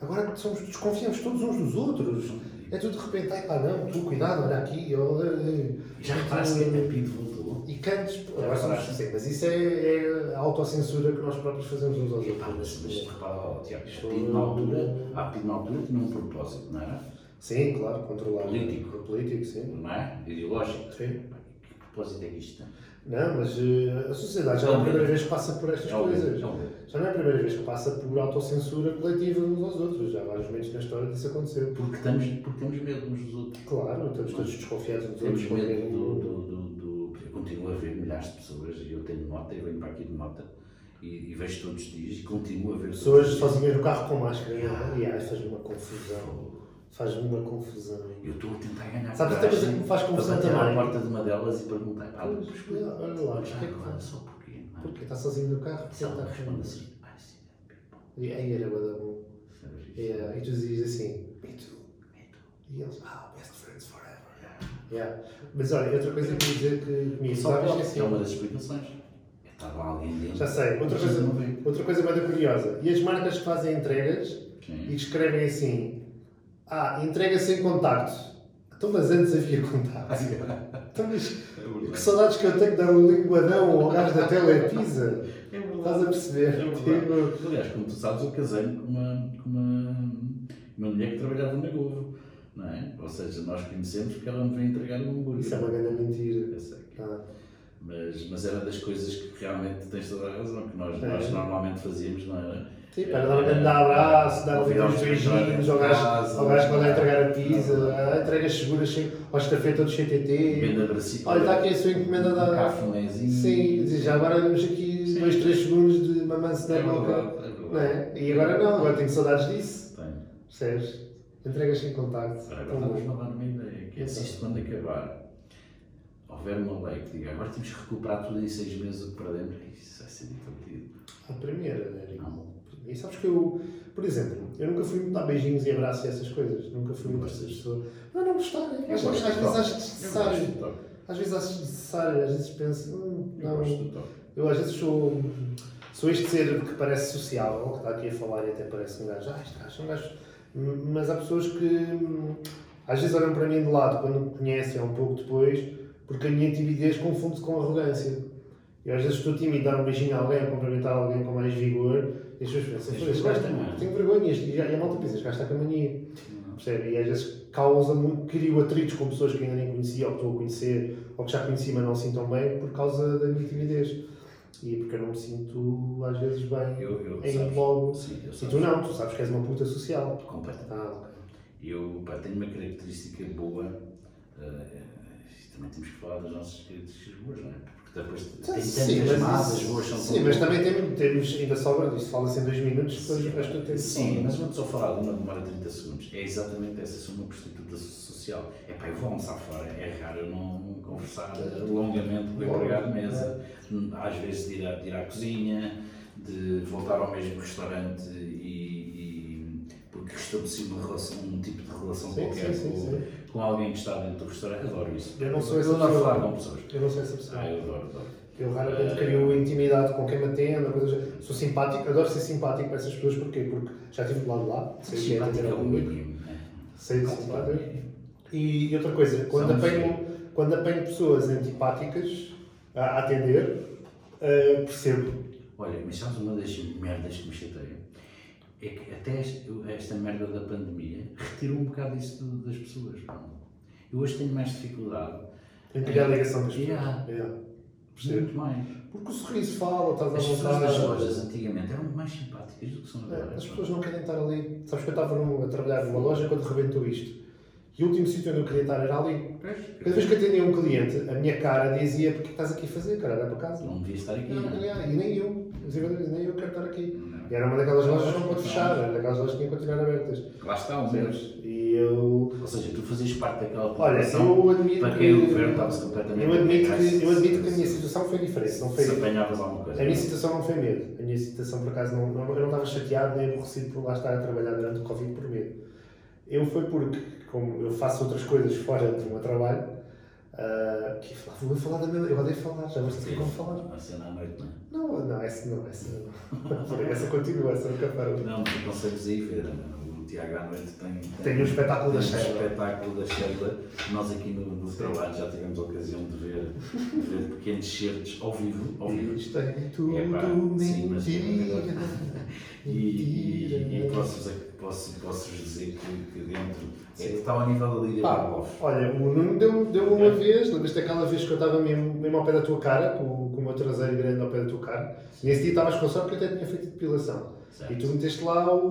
S1: agora que somos, desconfiamos todos uns dos outros, é tudo de repente, ai pá não, tu cuidado, olha aqui, eu, eu, eu.
S2: E Já reparaste
S1: é.
S2: que a Pido voltou?
S1: e cantos, agora somos
S2: reparaste?
S1: sim, mas isso é, é a autocensura que nós próprios fazemos uns aos
S2: Epá, mas, mas
S1: outros.
S2: repara lá, Tiago, a Pido na altura, a Pido na altura tinha um propósito, não era?
S1: Sim, claro, controlar.
S2: Político.
S1: Político, sim.
S2: Não é? Ideológico.
S1: Sim.
S2: Epá, Que propósito é que isto tem?
S1: Não, mas eh, a sociedade já não é a primeira vez que passa por estas
S2: Já ouvi,
S1: coisas.
S2: já ouvi.
S1: Já não é a primeira vez que passa por autocensura coletiva uns aos outros, já há vários momentos na história disso aconteceu.
S2: Porque estamos, porque temos medo uns dos outros.
S1: Claro, estamos todos desconfiados uns dos outros.
S2: Temos medo
S1: qualquer um.
S2: do, do, do, do- Eu continuo a ver milhares de pessoas e eu tenho moto e venho para aqui de moto e, e vejo todos os dias e continuo a ver. todos os
S1: Pessoas
S2: dias.
S1: fazem mesmo o carro com máscara e e, ai, faz-me uma confusão. Faz-me uma confusão.
S2: Eu estou a tentar ganhar
S1: Sabes,
S2: coragem
S1: outra coisa que me faz
S2: para
S1: confusão
S2: bater à
S1: também?
S2: porta de uma delas e perguntar, pá, mas
S1: um Pois, olha lá, mas
S2: já
S1: o que é que
S2: agora,
S1: faz?
S2: só porquê? não é?
S1: Porquê? Está tá sozinho no carro?
S2: Se
S1: Porquê
S2: ela
S1: está
S2: responde
S1: respondendo
S2: assim, ah, é sim, é people,
S1: E aí era bué da bom.
S2: sabes isso?
S1: Yeah. E eh, tu dizias assim, me too.
S2: É tu.
S1: E eles, ah, best friends forever. Yeah. Mas olha, outra coisa que eu ia dizer que me
S2: Só
S1: sabes que
S2: pode,
S1: assim,
S2: é uma das explicações. É, Estava alguém dentro.
S1: já sei, outra
S2: Mas
S1: coisa,
S2: eu não vi.
S1: outra coisa bem curiosa. E as marcas que fazem entregas e que
S2: Sim.
S1: escrevem assim, ah, entrega sem contacto. Então, mas antes havia contacto. Então, mas
S2: É verdade.
S1: que saudades que eu tenho de dar um linguadão ao gajo da Telepisa.
S2: É
S1: Estás
S2: verdade.
S1: a perceber?
S2: É
S1: Tipo,
S2: verdade. Aliás, como tu sabes, eu casei-me com uma, com uma, uma mulher que trabalhava na Globo, não é? Ou seja, nós conhecemos porque ela me veio entregar um hambúrguer.
S1: isso é uma grande mentira.
S2: Eu sei que-
S1: Ah,
S2: Mas, mas era das coisas que realmente tens toda a razão, que nós,
S1: É.
S2: nós normalmente fazíamos, não era?
S1: tipo, era dar um
S2: é,
S1: grande abraço, dar ali uns beijinhos ao gajo, ao gajo
S2: né?
S1: que vai entregar a pizza, ah, entregas seguras sem- ao estafeta do CTT.
S2: Venda Brasil.
S1: Olha, está aqui a sua encomenda
S2: Um
S1: da.
S2: cafunézinho.
S1: Sim, já agora temos aqui
S2: Sim.
S1: dois, três segundos de mamance
S2: É
S1: na boca.
S2: verdade, é verdade.
S1: Não é? E agora não, agora tenho saudades disso.
S2: Tenho.
S1: Percebes? Entregas sem contacto.
S2: Agora
S1: Tão bom.
S2: estamos a falar numa ideia, que é se isto quando acabar, houver uma lei que diga agora temos que recuperar tudo em seis meses o que perdemos, isso vai ser divertido.
S1: A primeira, né? Rico?
S2: Não,
S1: E sabes que eu, por exemplo, eu nunca fui muito dar beijinhos e abraços e essas coisas. Nunca fui muito essa pessoa. Não, não gostar. é. Às, às vezes acho
S2: Eu gosto
S1: desnecessário.
S2: do toque.
S1: Às vezes acho desnecessário. Às vezes penso, hum,
S2: Eu gosto
S1: não.
S2: do toque.
S1: Eu às vezes sou, sou este ser que parece sociável, que está aqui a falar e até parece um gajo. Ah, este gajo é um gajo. Hum, Mas há pessoas que hum, às vezes olham para mim de lado quando me conhecem, ou um pouco depois, porque a minha timidez confunde-se com arrogância. Eu às vezes estou tímido, dar um beijinho a alguém, a cumprimentar alguém com mais vigor, e as pessoas pensam,
S2: Tens
S1: "Pô, este gajo tem,
S2: vergonha, não é?"
S1: tem vergonha, este, e a e a malta pensa, este gajo está com a mania. Percebe? E às vezes causa muito, crio atritos com pessoas que ainda nem conhecia, ou que estou a conhecer, ou que já conheci, mas não se sintam bem, por causa da minha timidez. E é porque eu não me sinto, às vezes, bem
S2: Eu, eu,
S1: em
S2: sabes?
S1: logo.
S2: Sim, eu
S1: E tu
S2: sabes.
S1: não, tu sabes que és uma puta social.
S2: Completamente.
S1: Ah, ok.
S2: Eu pá, tenho uma característica boa, eh, e também temos que falar das nossas características boas, não é? Porque depois tem
S1: mas
S2: tantas
S1: isso-
S2: más, as boas são
S1: Sim,
S2: tão
S1: mas
S2: boas.
S1: também temos, temos ainda sobra disso, fala-se em dois minutos, depois
S2: Sim,
S1: o resto do tempo.
S2: Sim, mas vou só falar de uma demora de 30 segundos. É exatamente essa, sou uma prostituta social. É pá, eu vou almoçar fora, é raro eu não conversar longamente com o empregado de mesa.
S1: É.
S2: Às vezes de ir, à, de ir à cozinha, de voltar ao mesmo restaurante e. e- porque estabeleci uma relação, um tipo de relação
S1: Sim, sim,
S2: qualquer
S1: sim,
S2: com,
S1: sim.
S2: com alguém que está dentro do restaurante. Adoro isso.
S1: Eu não sou essa
S2: eu adoro
S1: pessoa.
S2: falar com pessoas.
S1: Eu não sou essa pessoa.
S2: Ah, eu Ah, adoro, adoro.
S1: Eu raramente crio intimidade com quem me atende, ou coisa do género. Sou simpático, adoro ser simpático para essas pessoas, porquê? Porque já estive do lado de lá, sei o que é atender
S2: Simpática
S1: ao público,
S2: né?
S1: sei de simpático. E outra coisa, quando
S2: Somos
S1: apanho, quando apanho pessoas antipáticas a a atender, eh, percebo.
S2: Olha, mas sabes uma das merdas que me chateia? É que até este- eu- esta merda da pandemia retirou um bocado isso do- das pessoas. pá. Eu hoje tenho mais dificuldade.
S1: Tenho que criar a ligação das pessoas.
S2: Yeah.
S1: Yeah. Percebo.
S2: Muito mais.
S1: Porque o sorriso fala, estás à
S2: As pessoas
S1: vontade.
S2: das lojas antigamente eram mais simpáticas do que são agora.
S1: É, As
S2: pá.
S1: pessoas não querem estar ali. Sabes que eu estava num- a trabalhar numa loja quando rebentou isto. E o último sítio onde eu queria estar era ali. Cada vez que atendia um cliente, a minha cara dizia: Porquê que estás aqui a fazer, cara? Vai para casa.
S2: Não devia estar aqui.
S1: Não,
S2: não é?
S1: E nem eu. Os vendedores, Nem eu quero estar aqui.
S2: Não. é?
S1: E era uma daquelas lojas que não pode fechar, era daquelas lojas que tinham que continuar abertas.
S2: Lá está, o menos.
S1: E eu.
S2: Ou seja, tu fazias parte daquela
S1: Olha,
S2: população
S1: eu admito
S2: para
S1: que.
S2: quem o governo estava-se completamente.
S1: Eu admito que, eu admito que a minha
S2: se-
S1: situação foi diferente. Não
S2: Se
S1: foi,
S2: apanhavas alguma coisa. é?
S1: a minha situação não foi medo. A minha situação, por acaso, não, não- eu não estava chateado nem aborrecido por lá estar a trabalhar durante o Covid por medo. Eu foi porque, como eu faço outras coisas fora do meu trabalho, ah, que eu falava, vou falar da mesma. Eu odeio falar, já vou saber como falar.
S2: A cena à noite, não é?
S1: Não, não, essa não, essa não. essa continua, essa nunca parou.
S2: Não, tu consegues aí ver. é? O Tiago à noite tem.
S1: Tem um espetáculo da
S2: tem um
S1: Sheila.
S2: espetáculo da Sheila. Nós aqui no, no trabalho já tivemos a ocasião de ver, de ver pequenos certos ao vivo. Ao vivo.
S1: Isto é tudo
S2: Epá, sim, mas- é um
S1: mentira.
S2: E, e, e
S1: Mentira.
S2: posso-vos posso, posso dizer que, que dentro é
S1: Sim.
S2: que está ao nível da Lídia
S1: Pá,
S2: Pavlov.
S1: olha, o Nuno deu, deu uma vez, lembras-te daquela vez que eu estava mesmo, mesmo ao pé da tua cara, com, o- com o meu traseiro grande ao pé da tua cara, nesse dia estavas com sorte que eu até tinha feito depilação.
S2: certo?
S1: E tu meteste lá o,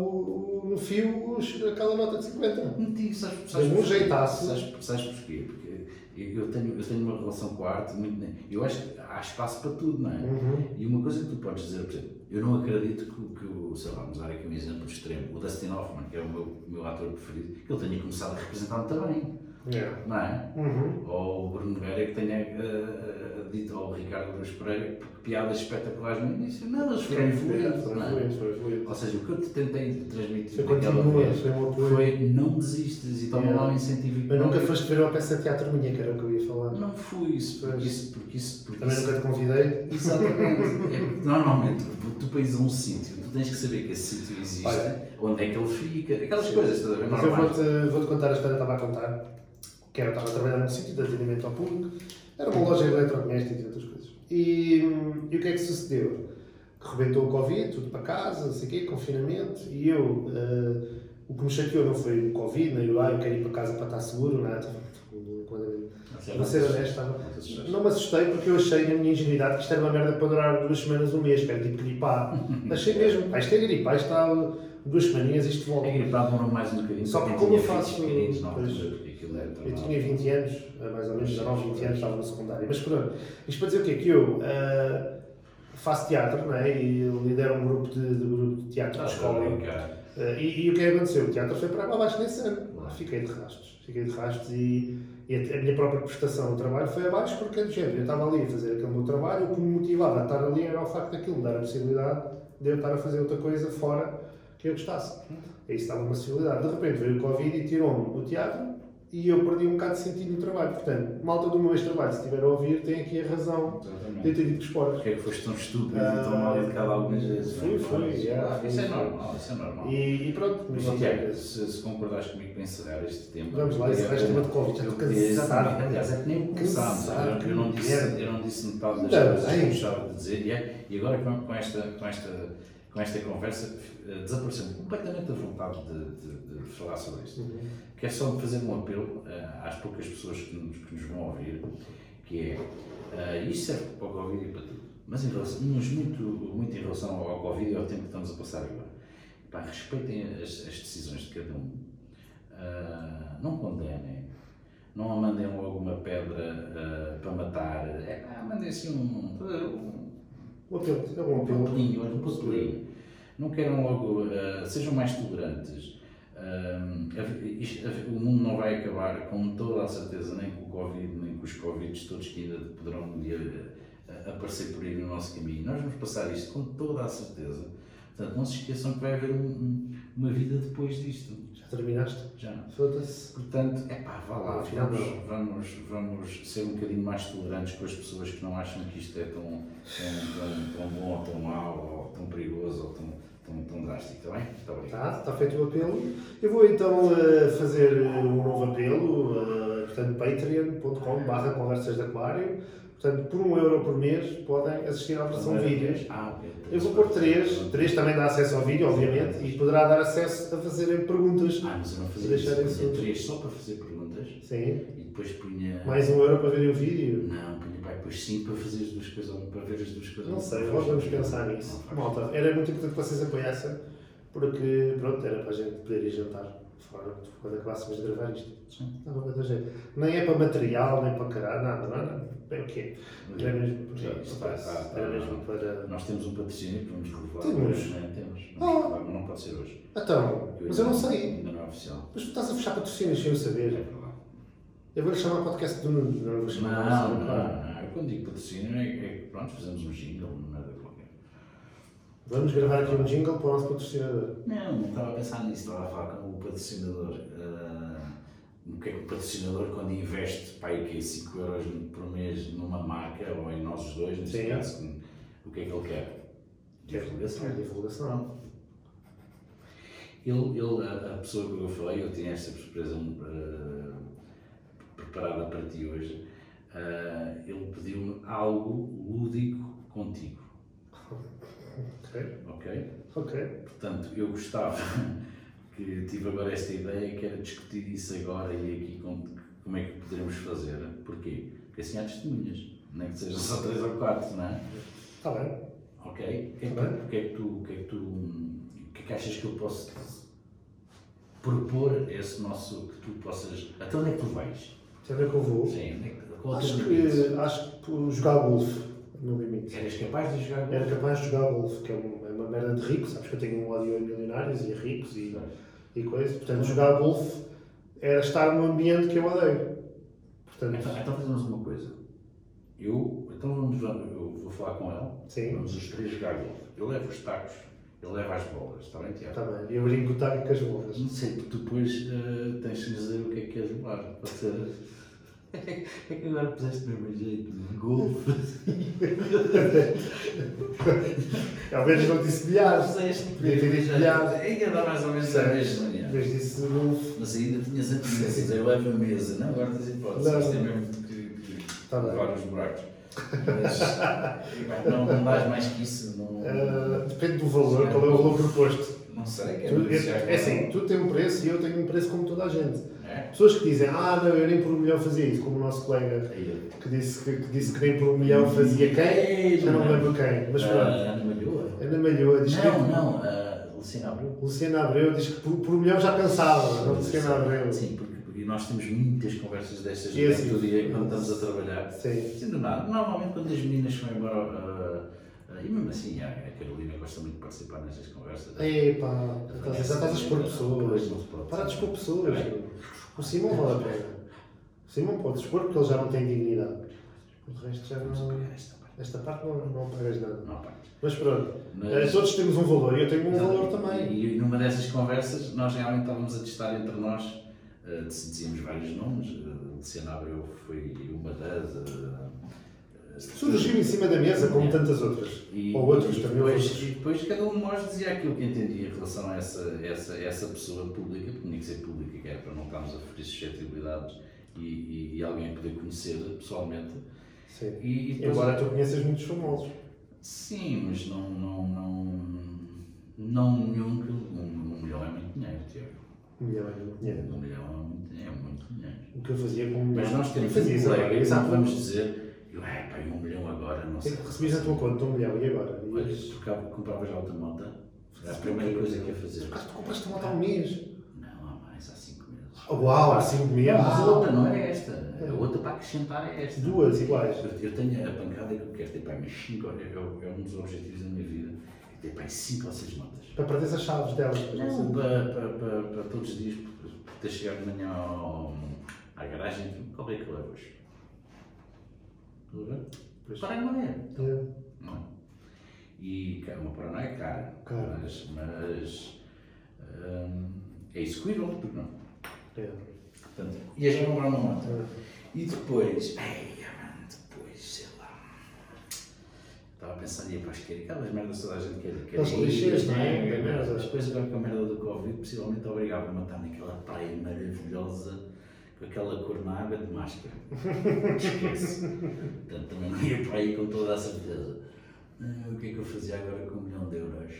S1: o- no fio os- aquela nota de 50.
S2: Meti, sabes,
S1: Deu-me um jeitaço.
S2: sabes, sabes porquê? Porque Eu, eu tenho, eu tenho uma relação com a arte muito. ne- Eu acho que há espaço para tudo, não é?
S1: Uhum.
S2: E uma coisa que tu podes dizer, por exemplo, eu não acredito que, o- que o, sei lá, vamos dar aqui um exemplo extremo, o Dustin Hoffman, que é o meu, o meu ator preferido, que ele tenha começado a representar-me também,
S1: Yeah.
S2: não é?
S1: Uhum.
S2: Ou o Bruno Nogueira que tenha eh, eh, dito ao Ricardo Luís Pereira que piadas espetaculares no início, não, eles foram influentes,
S1: Foi
S2: não é?
S1: influente, foi influente.
S2: Ou seja, o que eu te tentei transmitir
S1: Você
S2: naquela
S1: continua,
S2: vez
S1: foi um apoio.
S2: foi não desistas e toma
S1: Yeah.
S2: lá um incentivo.
S1: Mas nunca foste ver uma peça de teatro minha, que era o que eu ia falar.
S2: Não fui isso, porque
S1: Pois.
S2: isso, porque isso, porque
S1: Também
S2: isso
S1: nunca te convidei.
S2: Exatamente. É porque normalmente, tu pões a um sítio, tu tens que saber que esse sítio existe,
S1: Olha.
S2: onde é que ele fica, aquelas
S1: Sim.
S2: coisas, estás a ver?
S1: Mas eu
S2: Normais.
S1: vou-te vou-te contar a história que estava a contar, que era, eu estava a trabalhar num sítio de atendimento ao público, era uma loja de eletrodomésticos e outras coisas. E, hum, e o que é que sucedeu? Que rebentou o Covid, tudo para casa, não sei o quê, confinamento, e eu, eh, o que me chateou não foi o Covid, nem o, ah, eu quero ir para casa para estar seguro, nada, quando
S2: é
S1: Para ser honesto, é, estava-
S2: Não te assustes.
S1: não me assustei porque eu achei na minha ingenuidade que isto era uma merda para durar duas semanas, um mês, que era tipo gripar. achei mesmo, ah, isto é gripar, isto está duas semaninhas, isto volta.
S2: É gripado, demorou mais um bocadinho.
S1: Só
S2: porque
S1: que como
S2: tinha
S1: eu faço-
S2: filhos pequeninos na altura,
S1: pois.
S2: porque aquilo é era
S1: Eu
S2: tão
S1: tinha
S2: mal.
S1: 20 anos, eh, mais ou menos 19, 20 anos, estava no secundário. Mas pronto, isto para dizer o quê? Que eu ah, faço teatro, não é? E lidero um grupo de, de grupo de teatro na
S2: Estás
S1: escola.
S2: a brincar.
S1: Ah, e, e o que é que aconteceu? O teatro foi para água abaixo nesse ano. Fiquei de rastos. Fiquei de rastos e, e a, a minha própria prestação de trabalho foi abaixo porque é do género. Eu estava ali a fazer aquele meu trabalho, o que me motivava a estar ali era o facto daquilo me dar a possibilidade de eu estar a fazer outra coisa fora que eu gostasse. E isso estava uma possibilidade. De repente veio o Covid e tirou-me o teatro e eu perdi um bocado de sentido no trabalho. Portanto, malta do meu ex-trabalho, se estiver a ouvir, tem aqui a razão de eu
S2: Exatamente.
S1: ter ido que esportes.
S2: Porquê é que foste tão estúpido
S1: Ah,
S2: e tão mal educado algumas vezes? é?
S1: fui, fui, já,
S2: Isso é
S1: fui.
S2: normal, isso é normal.
S1: E, e pronto,
S2: Mas,
S1: mas é
S2: Tiago, se, se concordares comigo para encerrar este tema.
S1: Vamos lá, encerrar este tema de Covid, já estou cansado.
S2: Aliás, é que nem começámos.
S1: Cansado,
S2: Eu, eu não disse,
S1: cansado.
S2: eu não é disse metade das
S1: Ainda
S2: coisas que
S1: bem.
S2: eu gostava de dizer. E, é- e agora, com, com esta, com, esta, com esta conversa, eh, desapareceu completamente a vontade de, de- de falar sobre isto. Quero só fazer um apelo eh, às poucas pessoas que nos, que nos vão ouvir, que é, eh, isto serve para o Covid e para tudo, mas, em relação, mas muito, muito em relação ao Covid e ao tempo que estamos a passar agora. Pá, respeitem as, as decisões de cada um, Ah, não condenem, não a mandem logo uma pedra ah, para matar, é, pá, mandem assim um, um,
S1: Um apelo, é um
S2: um
S1: apelo.
S2: papelinho, olha, um papelinho. Não queiram logo, ah, sejam mais tolerantes. Ah, a- isto- a- o mundo não vai acabar com toda a certeza, nem com o Covid, nem com os Covids todos que ainda poderão um dia ah, aparecer por aí no nosso caminho. Nós vamos passar isto com toda a certeza. Portanto, não se esqueçam que vai haver um- um- uma vida depois disto.
S1: Já terminaste?
S2: Já não.
S1: Foda-se.
S2: Portanto, é pá, vá lá,
S1: Afinal,
S2: vamos, vamos, vamos ser um bocadinho mais tolerantes com as pessoas que não acham que isto é tão, tão, tão, tão bom ou tão mau ou tão perigoso ou tão, tão, tão drástico, está bem? Está bem.
S1: Tá, está feito o apelo. Eu vou então eh, fazer eh, um novo apelo, eh, portanto, patreon.com.br conversas de aquário. Portanto, por um euro por mês podem assistir à versão vídeos.
S2: Ah, ok.
S1: Eu vou pôr três, três também dá acesso ao vídeo, obviamente, e poderá dar acesso a fazerem perguntas.
S2: Ah, mas eu não fazia
S1: Deixar
S2: isso.
S1: isso.
S2: Punha três só para fazer perguntas
S1: Sim,
S2: e depois punha.
S1: mais um euro para verem o vídeo.
S2: Não, punha pai, depois cinco para fazer as duas coisas, para ver as duas coisas.
S1: Não sei, nós vamos pensar nisso. Malta, era muito importante que vocês apoiassem, porque pronto, era para a gente poder ir jantar fora quando acabássemos de gravar isto.
S2: Sim.
S1: Não, não tem jeito. Nem é para material, nem para caralho, nada, nada. É o quê? Era mesmo
S2: Sim,
S1: para.
S2: está, está, está.
S1: Era mesmo para.
S2: Nós temos um patrocínio que vamos revelar.
S1: Temos.
S2: hoje, não é? Temos.
S1: Ah.
S2: Vamos revelar, mas não pode ser hoje.
S1: Então, mas eu não sei.
S2: Ainda não é oficial.
S1: Mas tu estás a fechar patrocínios sem eu
S2: É
S1: saber.
S2: verdade.
S1: Eu vou chamar podcast do Nuno, não vou chamar
S2: Não, é
S1: podcast do
S2: não,
S1: Nuno.
S2: não. Eu quando digo patrocínio é, é que pronto, fazemos um jingle, não nada qualquer.
S1: Vamos gravar aqui um jingle para o nosso patrocinador.
S2: Não, não estava a pensar nisso, estava a falar com o patrocinador. Ah, o que é que o patrocinador quando investe para aí que 5 euros por mês numa marca ou em nós os dois, neste
S1: Sim.
S2: caso, o que é que ele quer? Divulgação.
S1: É, divulgação.
S2: Ele, ele- a, a pessoa que eu falei, eu tinha esta surpresa eh, preparada para ti hoje, eh, ele pediu-me algo lúdico contigo,
S1: Ok,
S2: ok?
S1: ok.
S2: Portanto, eu gostava que tive agora esta ideia, que era discutir isso agora e aqui com, como é que poderemos fazer. Porquê? Porque assim há testemunhas, nem que sejam só três ou quatro, não é?
S1: Está Tá bem.
S2: Ok? O que é que,
S1: Bem.
S2: o que, é que tu. O que é que tu. O que é que achas que eu posso propor a esse nosso. que tu possas. Até onde é que tu vais?
S1: Então, onde é que eu vou?
S2: Sim, onde é que- é qual é o teu
S1: Acho
S2: limite?
S1: que, acho que por jogar golfe, no limite.
S2: Eras capaz de jogar
S1: Era
S2: golfe?
S1: capaz de jogar golfe, que é uma, é uma merda de rico, sabes que eu tenho um ódio a milionários e a ricos e, e coisas. Portanto, jogar golfe era estar num ambiente que eu odeio.
S2: Então,
S1: Portanto,
S2: então fazemos uma coisa. Eu, então vamos, eu vou falar com ela.
S1: sim,
S2: Vamos os três jogar golfe. Eu levo os tacos, eu levo as bolas, está bem, Tiago?
S1: também. Eu brinco o taco com as bolas.
S2: Não sei, tu depois eh, tens de dizer o que é que queres levar. Pode ser. É que agora puseste mesmo jeito de golfe.
S1: Ao menos não disse bilhares.
S2: Puseste
S1: Devia ter dito bilhar.
S2: Ainda dá É mais ou menos a mesma.
S1: Em
S2: yeah.
S1: vez disso, golfe.
S2: Mas ainda tinhas hipóteses, eu levo a mesa, não? Agora tens hipóteses,
S1: Não.
S2: isto é mesmo que- que
S1: Tá bem.
S2: levar os buracos. Mas não, não dás mais que isso, não,
S1: Ah, depende do valor, qual é o valor proposto.
S2: não sei, quer
S1: Tu,
S2: negociar com
S1: é, é assim,
S2: ela.
S1: tu tem um preço e eu tenho um preço como toda a gente.
S2: É?
S1: Pessoas que dizem, ah não, eu nem por um milhão fazia isso, como o nosso colega
S2: Aí,
S1: que disse que, que disse que nem por um milhão fazia quem, já não me lembro quem, É, mas
S2: ah,
S1: pronto.
S2: Ana Malhoa?
S1: Ana Malhoa diz que.
S2: Não, não, a Lucina Abreu.
S1: Luciana Abreu diz que por, por um milhão já pensava, não Luciana Abreu.
S2: Sim, porque, porque nós temos muitas conversas destas
S1: E assim,
S2: durante o dia quando estamos a trabalhar.
S1: Sim.
S2: Sim, do nada. Normalmente quando as meninas vão embora, ah, ah, e mesmo assim a, a Carolina gosta muito de participar nestas conversas.
S1: Epá, estás- já estás a expor
S2: Pois,
S1: pessoas.
S2: não se pode.
S1: Para de expor pessoas. O Simão vale a pena. O Simão pode expor porque ele já não tem dignidade. O resto já
S2: Vamos
S1: não.
S2: apagar esta parte.
S1: Esta parte não, não pagas nada.
S2: Não apagas.
S1: Mas pronto, eh,
S2: Mas- então,
S1: todos temos um valor e eu tenho um valor também.
S2: E e numa dessas conversas, nós realmente estávamos a testar entre nós, eh, dizíamos vários nomes, eh, Luciana Abreu foi uma das. eh, eh,
S1: Surgiu em cima da mesa, como tantas outras.
S2: E,
S1: Ou outros
S2: e,
S1: também.
S2: depois,
S1: outros.
S2: e depois cada um de nós dizia aquilo que entendia em relação a essa, essa, essa pessoa pública, porque tinha que ser pública, que era para não estarmos a ferir suscetibilidades e, e, e alguém poder conhecer pessoalmente.
S1: Sim.
S2: E, e depois,
S1: Embora tu conheças muitos famosos.
S2: Sim, mas não, não, não, não nenhum que um, um milhão é muito dinheiro, Tiago.
S1: Um milhão é muito dinheiro.
S2: Um milhão é muito, é muito dinheiro.
S1: O que eu fazia com um milhão.
S2: Mas nós temos
S1: Fazia
S2: um
S1: isso agora,
S2: colega,
S1: exato.
S2: exato, vamos dizer, eu, é, pá, um milhão agora, não sei.
S1: é Recebias na tua conta um milhão e agora? E-
S2: Mas trocava, compravas alta moto, era a primeira coisa que ia fazer.
S1: Ah, tu compraste uma moto há um mês. "Oh,
S2: Não, há mais, há 5 meses.
S1: Uau, há 5 meses.
S2: Mas a outra não é esta. A outra para acrescentar é esta.
S1: Duas iguais.
S2: Eu, eu tenho a pancada que eu quero ter, pá, mas 5 é, é um é um dos objetivos da minha vida. É ter, pá, 5 ou 6 motas.
S1: Para perderes as chaves delas. por
S2: Não,
S1: exemplo.
S2: para, para, para, para todos os dias, por por ter chegado de manhã ao, à garagem, qual é que eu levo hoje? Tudo bem?
S1: Pois.
S2: Para não é.
S1: É.
S2: Não é? E cara, uma paranoia é cara,
S1: Cara.
S2: mas, mas hum, é execuível, porque não?
S1: É.
S2: Portanto, ias a comprar uma moto. E depois, ei, mano, depois, sei lá. Estava a pensar, ia para a esquerda, aquelas merdas toda a gente quer. quer
S1: Aqueles
S2: ir,
S1: clichês, não é?
S2: quer
S1: Merda.
S2: Mas depois, agora com a merda do Covid, possivelmente obrigava-me a estar naquela praia maravilhosa, com aquela cor na água de máscara. Esquece. Portanto, também não ia para aí com toda a certeza. Ah, O que é que eu fazia agora com um milhão de euros?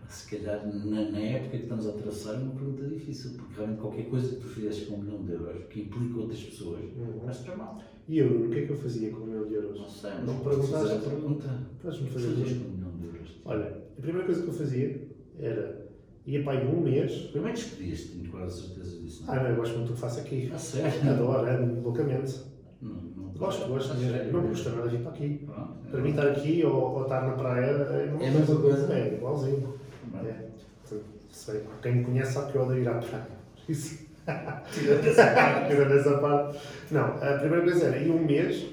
S2: Pá, Se calhar, na, na época que estamos a traçar, é uma pergunta difícil, porque realmente qualquer coisa que tu fizesse com um milhão de euros, que implica outras pessoas,
S1: Uhum.
S2: vais tramar.
S1: E eu, o que é que eu fazia com o milhão de euros?
S2: Não sei, mas
S1: Não
S2: podes fazer a
S1: perguntaste?
S2: pergunta.
S1: Podes-me
S2: O que
S1: fazer
S2: fazias
S1: isso?
S2: com um milhão de euros?
S1: Olha, a primeira coisa que eu fazia era ia para aí um mês.
S2: Primeiro despedias-te, tenho quase certeza disso. é?
S1: Ah, não, eu gosto muito do que faço aqui.
S2: não. A sério?
S1: Adoro, amo loucamente.
S2: Não, não.
S1: Gosto, gosto
S2: A
S1: mesmo.
S2: sério?
S1: Não me custa nada vir para aqui.
S2: Pronto.
S1: Para mim, estar aqui ou, ou estar na praia é, uma
S2: É a mesma coisa.
S1: É igualzinho.
S2: Pronto.
S1: É. Sei. Quem me conhece sabe que eu odeio ir à praia. Isso.
S2: Tirando essa parte.
S1: Tirando essa parte. Não, a primeira coisa era ir um mês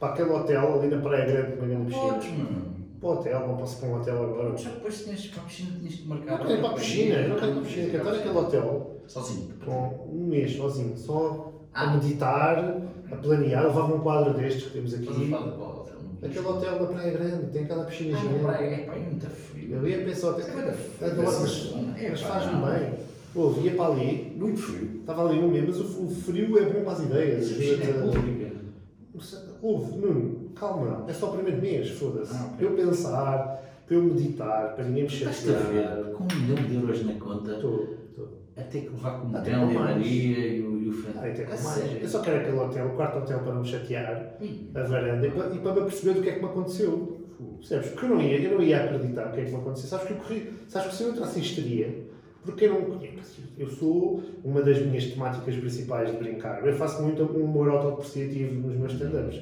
S1: para aquele hotel ali na Praia Grande, na Grande Piscina.
S2: Podes, mano.
S1: Para o hotel, não posso para um hotel agora.
S2: Já depois tinhas para a piscina, tinhas que marcar. é?
S1: Não quero ir para a piscina, não quero ir para a piscina. Quero estar naquele é hotel
S2: Sozinho.
S1: com um mês sozinho, só a
S2: Ah.
S1: meditar, a planear. Levava um quadro destes que temos
S2: Estás a
S1: aqui.
S2: falar de qual hotel? Não conheço.
S1: Aquele hotel na Praia Grande, tem aquela piscina
S2: Ah, não,
S1: gigante.
S2: praia. É, pá, é muito frio.
S1: Eu ia pensar, até
S2: É muito frio.
S1: adoro,
S2: Essa
S1: mas,
S2: zona. É,
S1: mas
S2: pá,
S1: faz-me
S2: não.
S1: bem. Ouve, ia para ali,
S2: Muito frio.
S1: estava ali um mês, mas o, o frio é bom para as ideias.
S2: Essa piscina é
S1: ajuda-te
S2: pública.
S1: a- Ouve, Nuno, calma, é só o primeiro mês, foda-se.
S2: Ah, ok.
S1: Para eu pensar, para eu meditar, para ninguém me
S2: Estás a
S1: chatear.
S2: ver, com um milhão de euros na conta,
S1: Estou, estou.
S2: até que levar com o
S1: Até
S2: Miguel
S1: com
S2: e a
S1: mais.
S2: Maria e o, e o
S1: Ah,
S2: Fernando.
S1: então,
S2: A
S1: mais. Eu
S2: sério?
S1: só quero aquele hotel, o quarto hotel para me chatear,
S2: Ih,
S1: a varanda, e para, e para me perceber do que é que me aconteceu.
S2: fogo.
S1: Percebes? Porque eu não ia, eu não ia acreditar o que é que me aconteceu. Sabes que eu corri, sabes que se eu entrasse em histeria, Porque quem não me conhece, eu sou uma das minhas temáticas principais de brincar. Eu faço muito um humor autodepreciativo nos meus stand-ups.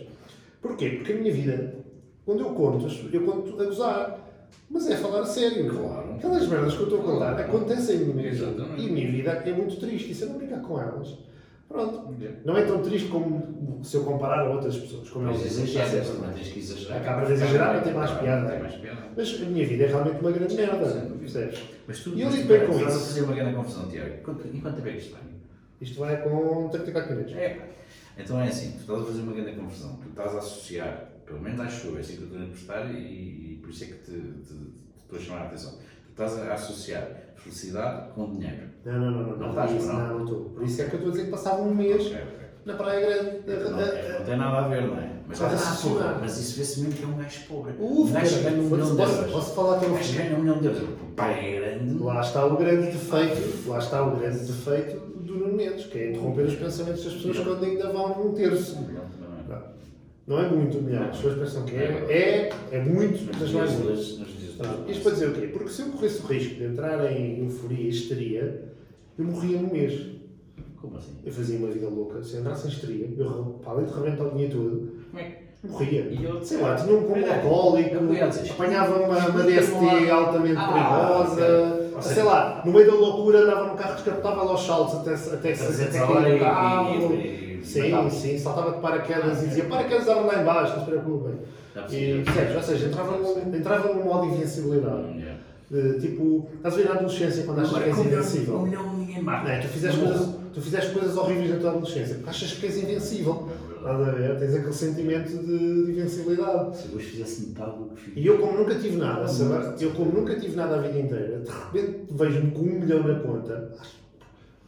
S1: Porquê? Porque a minha vida, quando eu conto, eu conto a gozar. Mas é falar a sério.
S2: Claro.
S1: Aquelas merdas que eu estou a contar acontecem na minha vida.
S2: Exatamente.
S1: E a minha vida é muito triste. E se eu não brincar com elas, pronto. Não é tão triste como se eu comparar a outras pessoas. Como
S2: Mas
S1: eles dizem, já
S2: exageras,
S1: sempre
S2: também
S1: mais.
S2: tens que exagerar.
S1: Acabas de exagerar para ter mais
S2: Acaba-
S1: piada.
S2: Tem mais piada.
S1: Mas a minha vida é realmente uma grande
S2: Sem
S1: merda.
S2: dúvida.
S1: Percebes?
S2: Mas tu
S1: E eu
S2: mas
S1: lido
S2: tu
S1: bem com
S2: vais-
S1: isso.
S2: Estás a fazer uma grande confusão, Tiago. Quanto- Em quanto tempo é que isto tem?
S1: Isto vai com 34 minutos.
S2: É. Então é assim, tu estás a fazer uma grande confusão, tu estás a associar, pelo menos acho eu, é assim que eu estou a prestar e, e por isso é que te, te- te estou a chamar a atenção. Tu estás a associar felicidade com dinheiro.
S1: Não, não, não, não.
S2: Não
S1: Não
S2: faz,
S1: faz isso.
S2: não.
S1: Não, não estou. Por isso é que eu estou a dizer que passava um mês
S2: Ok, ok.
S1: na Praia Grande.
S2: Não, é, não tem nada a ver, não é? Mas,
S1: Estás a
S2: Ah,
S1: associar.
S2: porra, mas isso vê-se mesmo que é um gajo pobre.
S1: Uf,
S2: um gajo ganha um milhão
S1: posso,
S2: de
S1: posso,
S2: euros.
S1: posso falar até
S2: Um
S1: ao
S2: gajo
S1: fim?
S2: ganha um milhão de euros. O pai é grande.
S1: Lá está o grande defeito. Lá está o grande defeito do Nuno Mendes, que é interromper os pensamentos das pessoas quando ainda vão um terço.
S2: Um milhão também não é.
S1: Não é muito um milhão, as pessoas pensam que é. É, é muito,
S2: Nos
S1: mas
S2: dias
S1: não é
S2: de
S1: muito.
S2: hoje- nos dias de
S1: Pronto,
S2: hoje, assim,
S1: Isto para dizer o quê? Porque se eu corresse o risco de entrar em euforia e histeria, eu morria num mês.
S2: Como assim?
S1: Eu fazia uma vida louca. Se eu entrasse em histeria, eu, para além de rebentar o dinheiro todo,
S2: Como é que.
S1: morria.
S2: E eu,
S1: Sei lá, tinha um combo
S2: Olha,
S1: alcoólico,
S2: eu ia dizer,
S1: apanhava uma, uma
S2: explica-me
S1: DST
S2: lá.
S1: altamente
S2: Ah,
S1: perigosa,
S2: ok.
S1: sei lá, no meio da loucura andava num carro, descapotava lá os saltos até, até, até, até cair
S2: e-
S1: no carro.
S2: e- e-
S1: Sim,
S2: matava-se.
S1: sim, saltava de
S2: Ah, é.
S1: paraquedas e dizia paraquedas estavam lá em baixo, não se preocupem.
S2: Dá para
S1: E
S2: ser.
S1: percebes? Ou seja, entrava num, entrava num modo de invencibilidade.
S2: Yeah.
S1: De, tipo, estás a ver na adolescência quando achas que és
S2: Um
S1: invencível?
S2: milhão ninguém mata.
S1: Não é? tu, fizeste
S2: Não.
S1: coisas, tu fizeste coisas horríveis na tua adolescência porque achas que és invencível.
S2: É
S1: Estás a ver? Tens aquele sentimento de, de invencibilidade.
S2: Se hoje fizesse metade do que fiz.
S1: E eu como nunca tive nada, sabe? Eu como nunca tive nada a vida inteira, de repente vejo-me com um milhão na conta,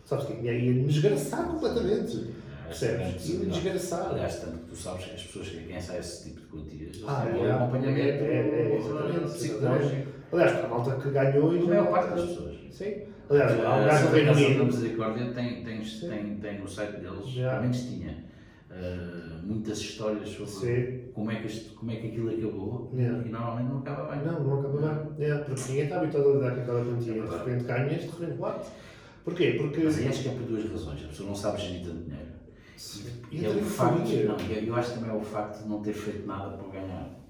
S1: sabes o quê? E aí ia-me desgraçar completamente. Percebes? Ia-me desgraçar.
S2: Ah, é Aliás, tanto que tu sabes que as pessoas que quem sai esse tipo de quantias, eles
S1: Ah,
S2: têm
S1: é,
S2: um acompanhamento
S1: é, é, é, exatamente,
S2: psicológico.
S1: Aliás, para a malta que ganhou
S2: A
S1: e
S2: maior parte das pessoas. Ah,
S1: Sim. Aliás, há um gajo do Reino
S2: Unido.
S1: Unido.
S2: Misericórdia tem, tem, tem, tem no site deles,
S1: Já.
S2: pelo menos tinha, eh, muitas histórias sobre
S1: Sim.
S2: como é, que isto- como é que aquilo acabou
S1: Yeah.
S2: e normalmente não acaba bem.
S1: Não, não acaba bem. É, porque ninguém está habituado a lidar com aquela quantia. De repente ganhas, de repente bate. Porquê? Porque.
S2: Mas aí acho que é por duas razões. A pessoa não sabe gerir tanto dinheiro. E é
S1: Entra
S2: o
S1: em
S2: facto,
S1: fúria.
S2: não, eu eu acho que também é o facto de não ter feito nada para ganhar.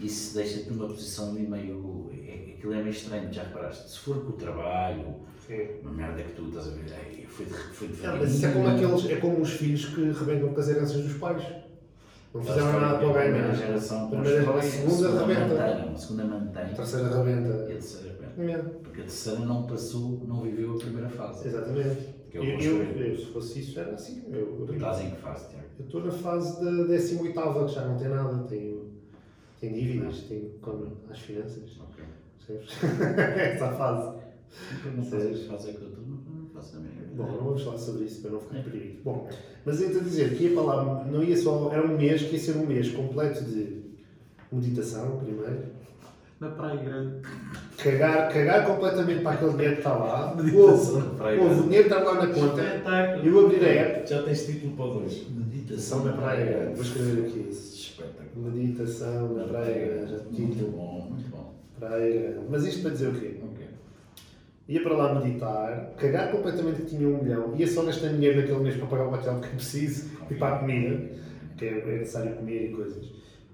S2: Isso deixa-te numa posição de meio. é- Aquilo é meio estranho, já reparaste? Se for com o trabalho,
S1: Sim.
S2: uma merda que tu estás a ver, "Ei, foi de foi de
S1: Não, mas isso é como, aqueles, é como os filhos que rebentam com as heranças dos pais. Não fizeram nada para
S2: é Primeira
S1: ganhar.
S2: geração
S1: Primeira,
S2: constrói,
S1: segunda, arrebenta.
S2: mantém, a segunda mantém
S1: A terceira rebenta.
S2: e a terceira arrebenta.
S1: É,
S2: Porque a terceira não passou, não viveu a primeira fase.
S1: Exatamente.
S2: Que é
S1: Eu,
S2: o
S1: eu,
S2: construir.
S1: eu, se fosse isso, era assim. Eu,
S2: Tu
S1: eu,
S2: estás em que fase, Tiago?
S1: Eu estou na fase da 18 que já não tem nada, tenho, tenho dívidas, tenho como as finanças,
S2: Ok.
S1: percebes? Essa fase.
S2: Não fazes que fase é que eu estou, não faço a mínima
S1: Bom,
S2: ideia.
S1: não vamos falar sobre isso para não ficar proibido. Bom, mas eu estou a dizer que ia falar, não ia só, era um mês, que ia ser um mês completo de meditação, primeiro,
S2: Na Praia Grande.
S1: cagar, cagar completamente para aquele dinheiro que está lá,
S2: Meditação
S1: Ouve,
S2: na Praia
S1: ouve,
S2: Grande.
S1: o dinheiro está lá na
S2: Tá,
S1: conta,
S3: Espetáculo.
S1: eu abrir a app,
S3: Já tens título para dois.
S1: meditação na Praia Grande, vou escrever aqui isso,
S3: Espetáculo.
S1: meditação na Praia Grande,
S2: Muito
S1: título,
S2: bom, muito bom.
S1: Praia Grande, mas isto para dizer o quê?
S2: Ok.
S1: Ia para lá meditar, cagar completamente que tinha um milhão, ia só gastar dinheiro naquele mês para pagar o hotel que eu preciso e para a comida, que é é necessário comer e coisas.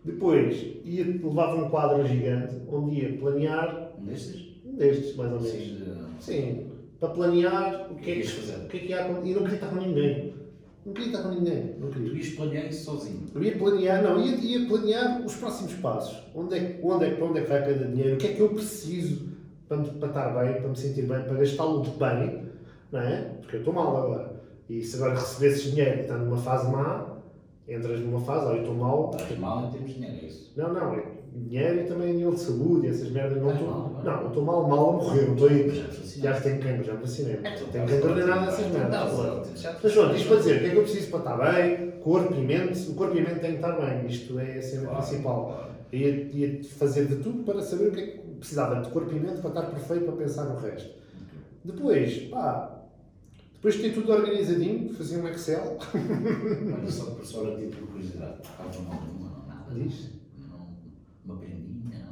S1: Depois, ia, levava um quadro gigante onde ia planear
S2: Um destes?
S1: um destes, mais ou menos.
S2: Sim.
S1: Sim, para planear o que é que,
S2: Ias fazer?
S1: o que, é que ia acontecer. E não queria estar com ninguém. Não queria estar com ninguém. Não
S2: Tu
S1: queria.
S2: ias planear isso sozinho.
S1: Eu ia planear, não, ia, ia planear os próximos passos. Onde é, que- onde é, que- para onde é que vai cada dinheiro? O que é que eu preciso para, me- para estar bem, para me sentir bem, para gastá-lo de bem, não é? Porque eu estou mal agora. E se agora recebesses dinheiro, estando numa fase má, entras numa fase, olha, eu estou mal.
S2: Estás mal em termos de dinheiro, é isso?
S1: Não, não, é dinheiro e também nível de saúde, essas merdas. Não
S2: Estás
S1: estou
S2: mal agora?
S1: não, eu estou mal, mal a morrer, não estou
S2: Mas
S1: aí.
S2: Já te
S1: Já tenho cancro, já me vacinei.
S2: É, tu
S1: Não tenho cancro nem nada dessas
S2: Não,
S1: merdas.
S2: não, já te-
S1: Mas pronto, isto para dizer, o que é que eu preciso para estar bem? Corpo e mente, o corpo e a mente tem que estar bem, isto é a cena
S2: Claro,
S1: principal.
S2: claro.
S1: Eu Ia, ia fazer de tudo para saber o que é que precisava de corpo e mente para estar perfeito para pensar no resto. Depois, pá, depois de ter tudo organizadinho, fazia um Excel,
S2: Olha só, por só a título de curiosidade. Estava mal numa, não nada.
S1: diz,
S2: Não, uma prendinha,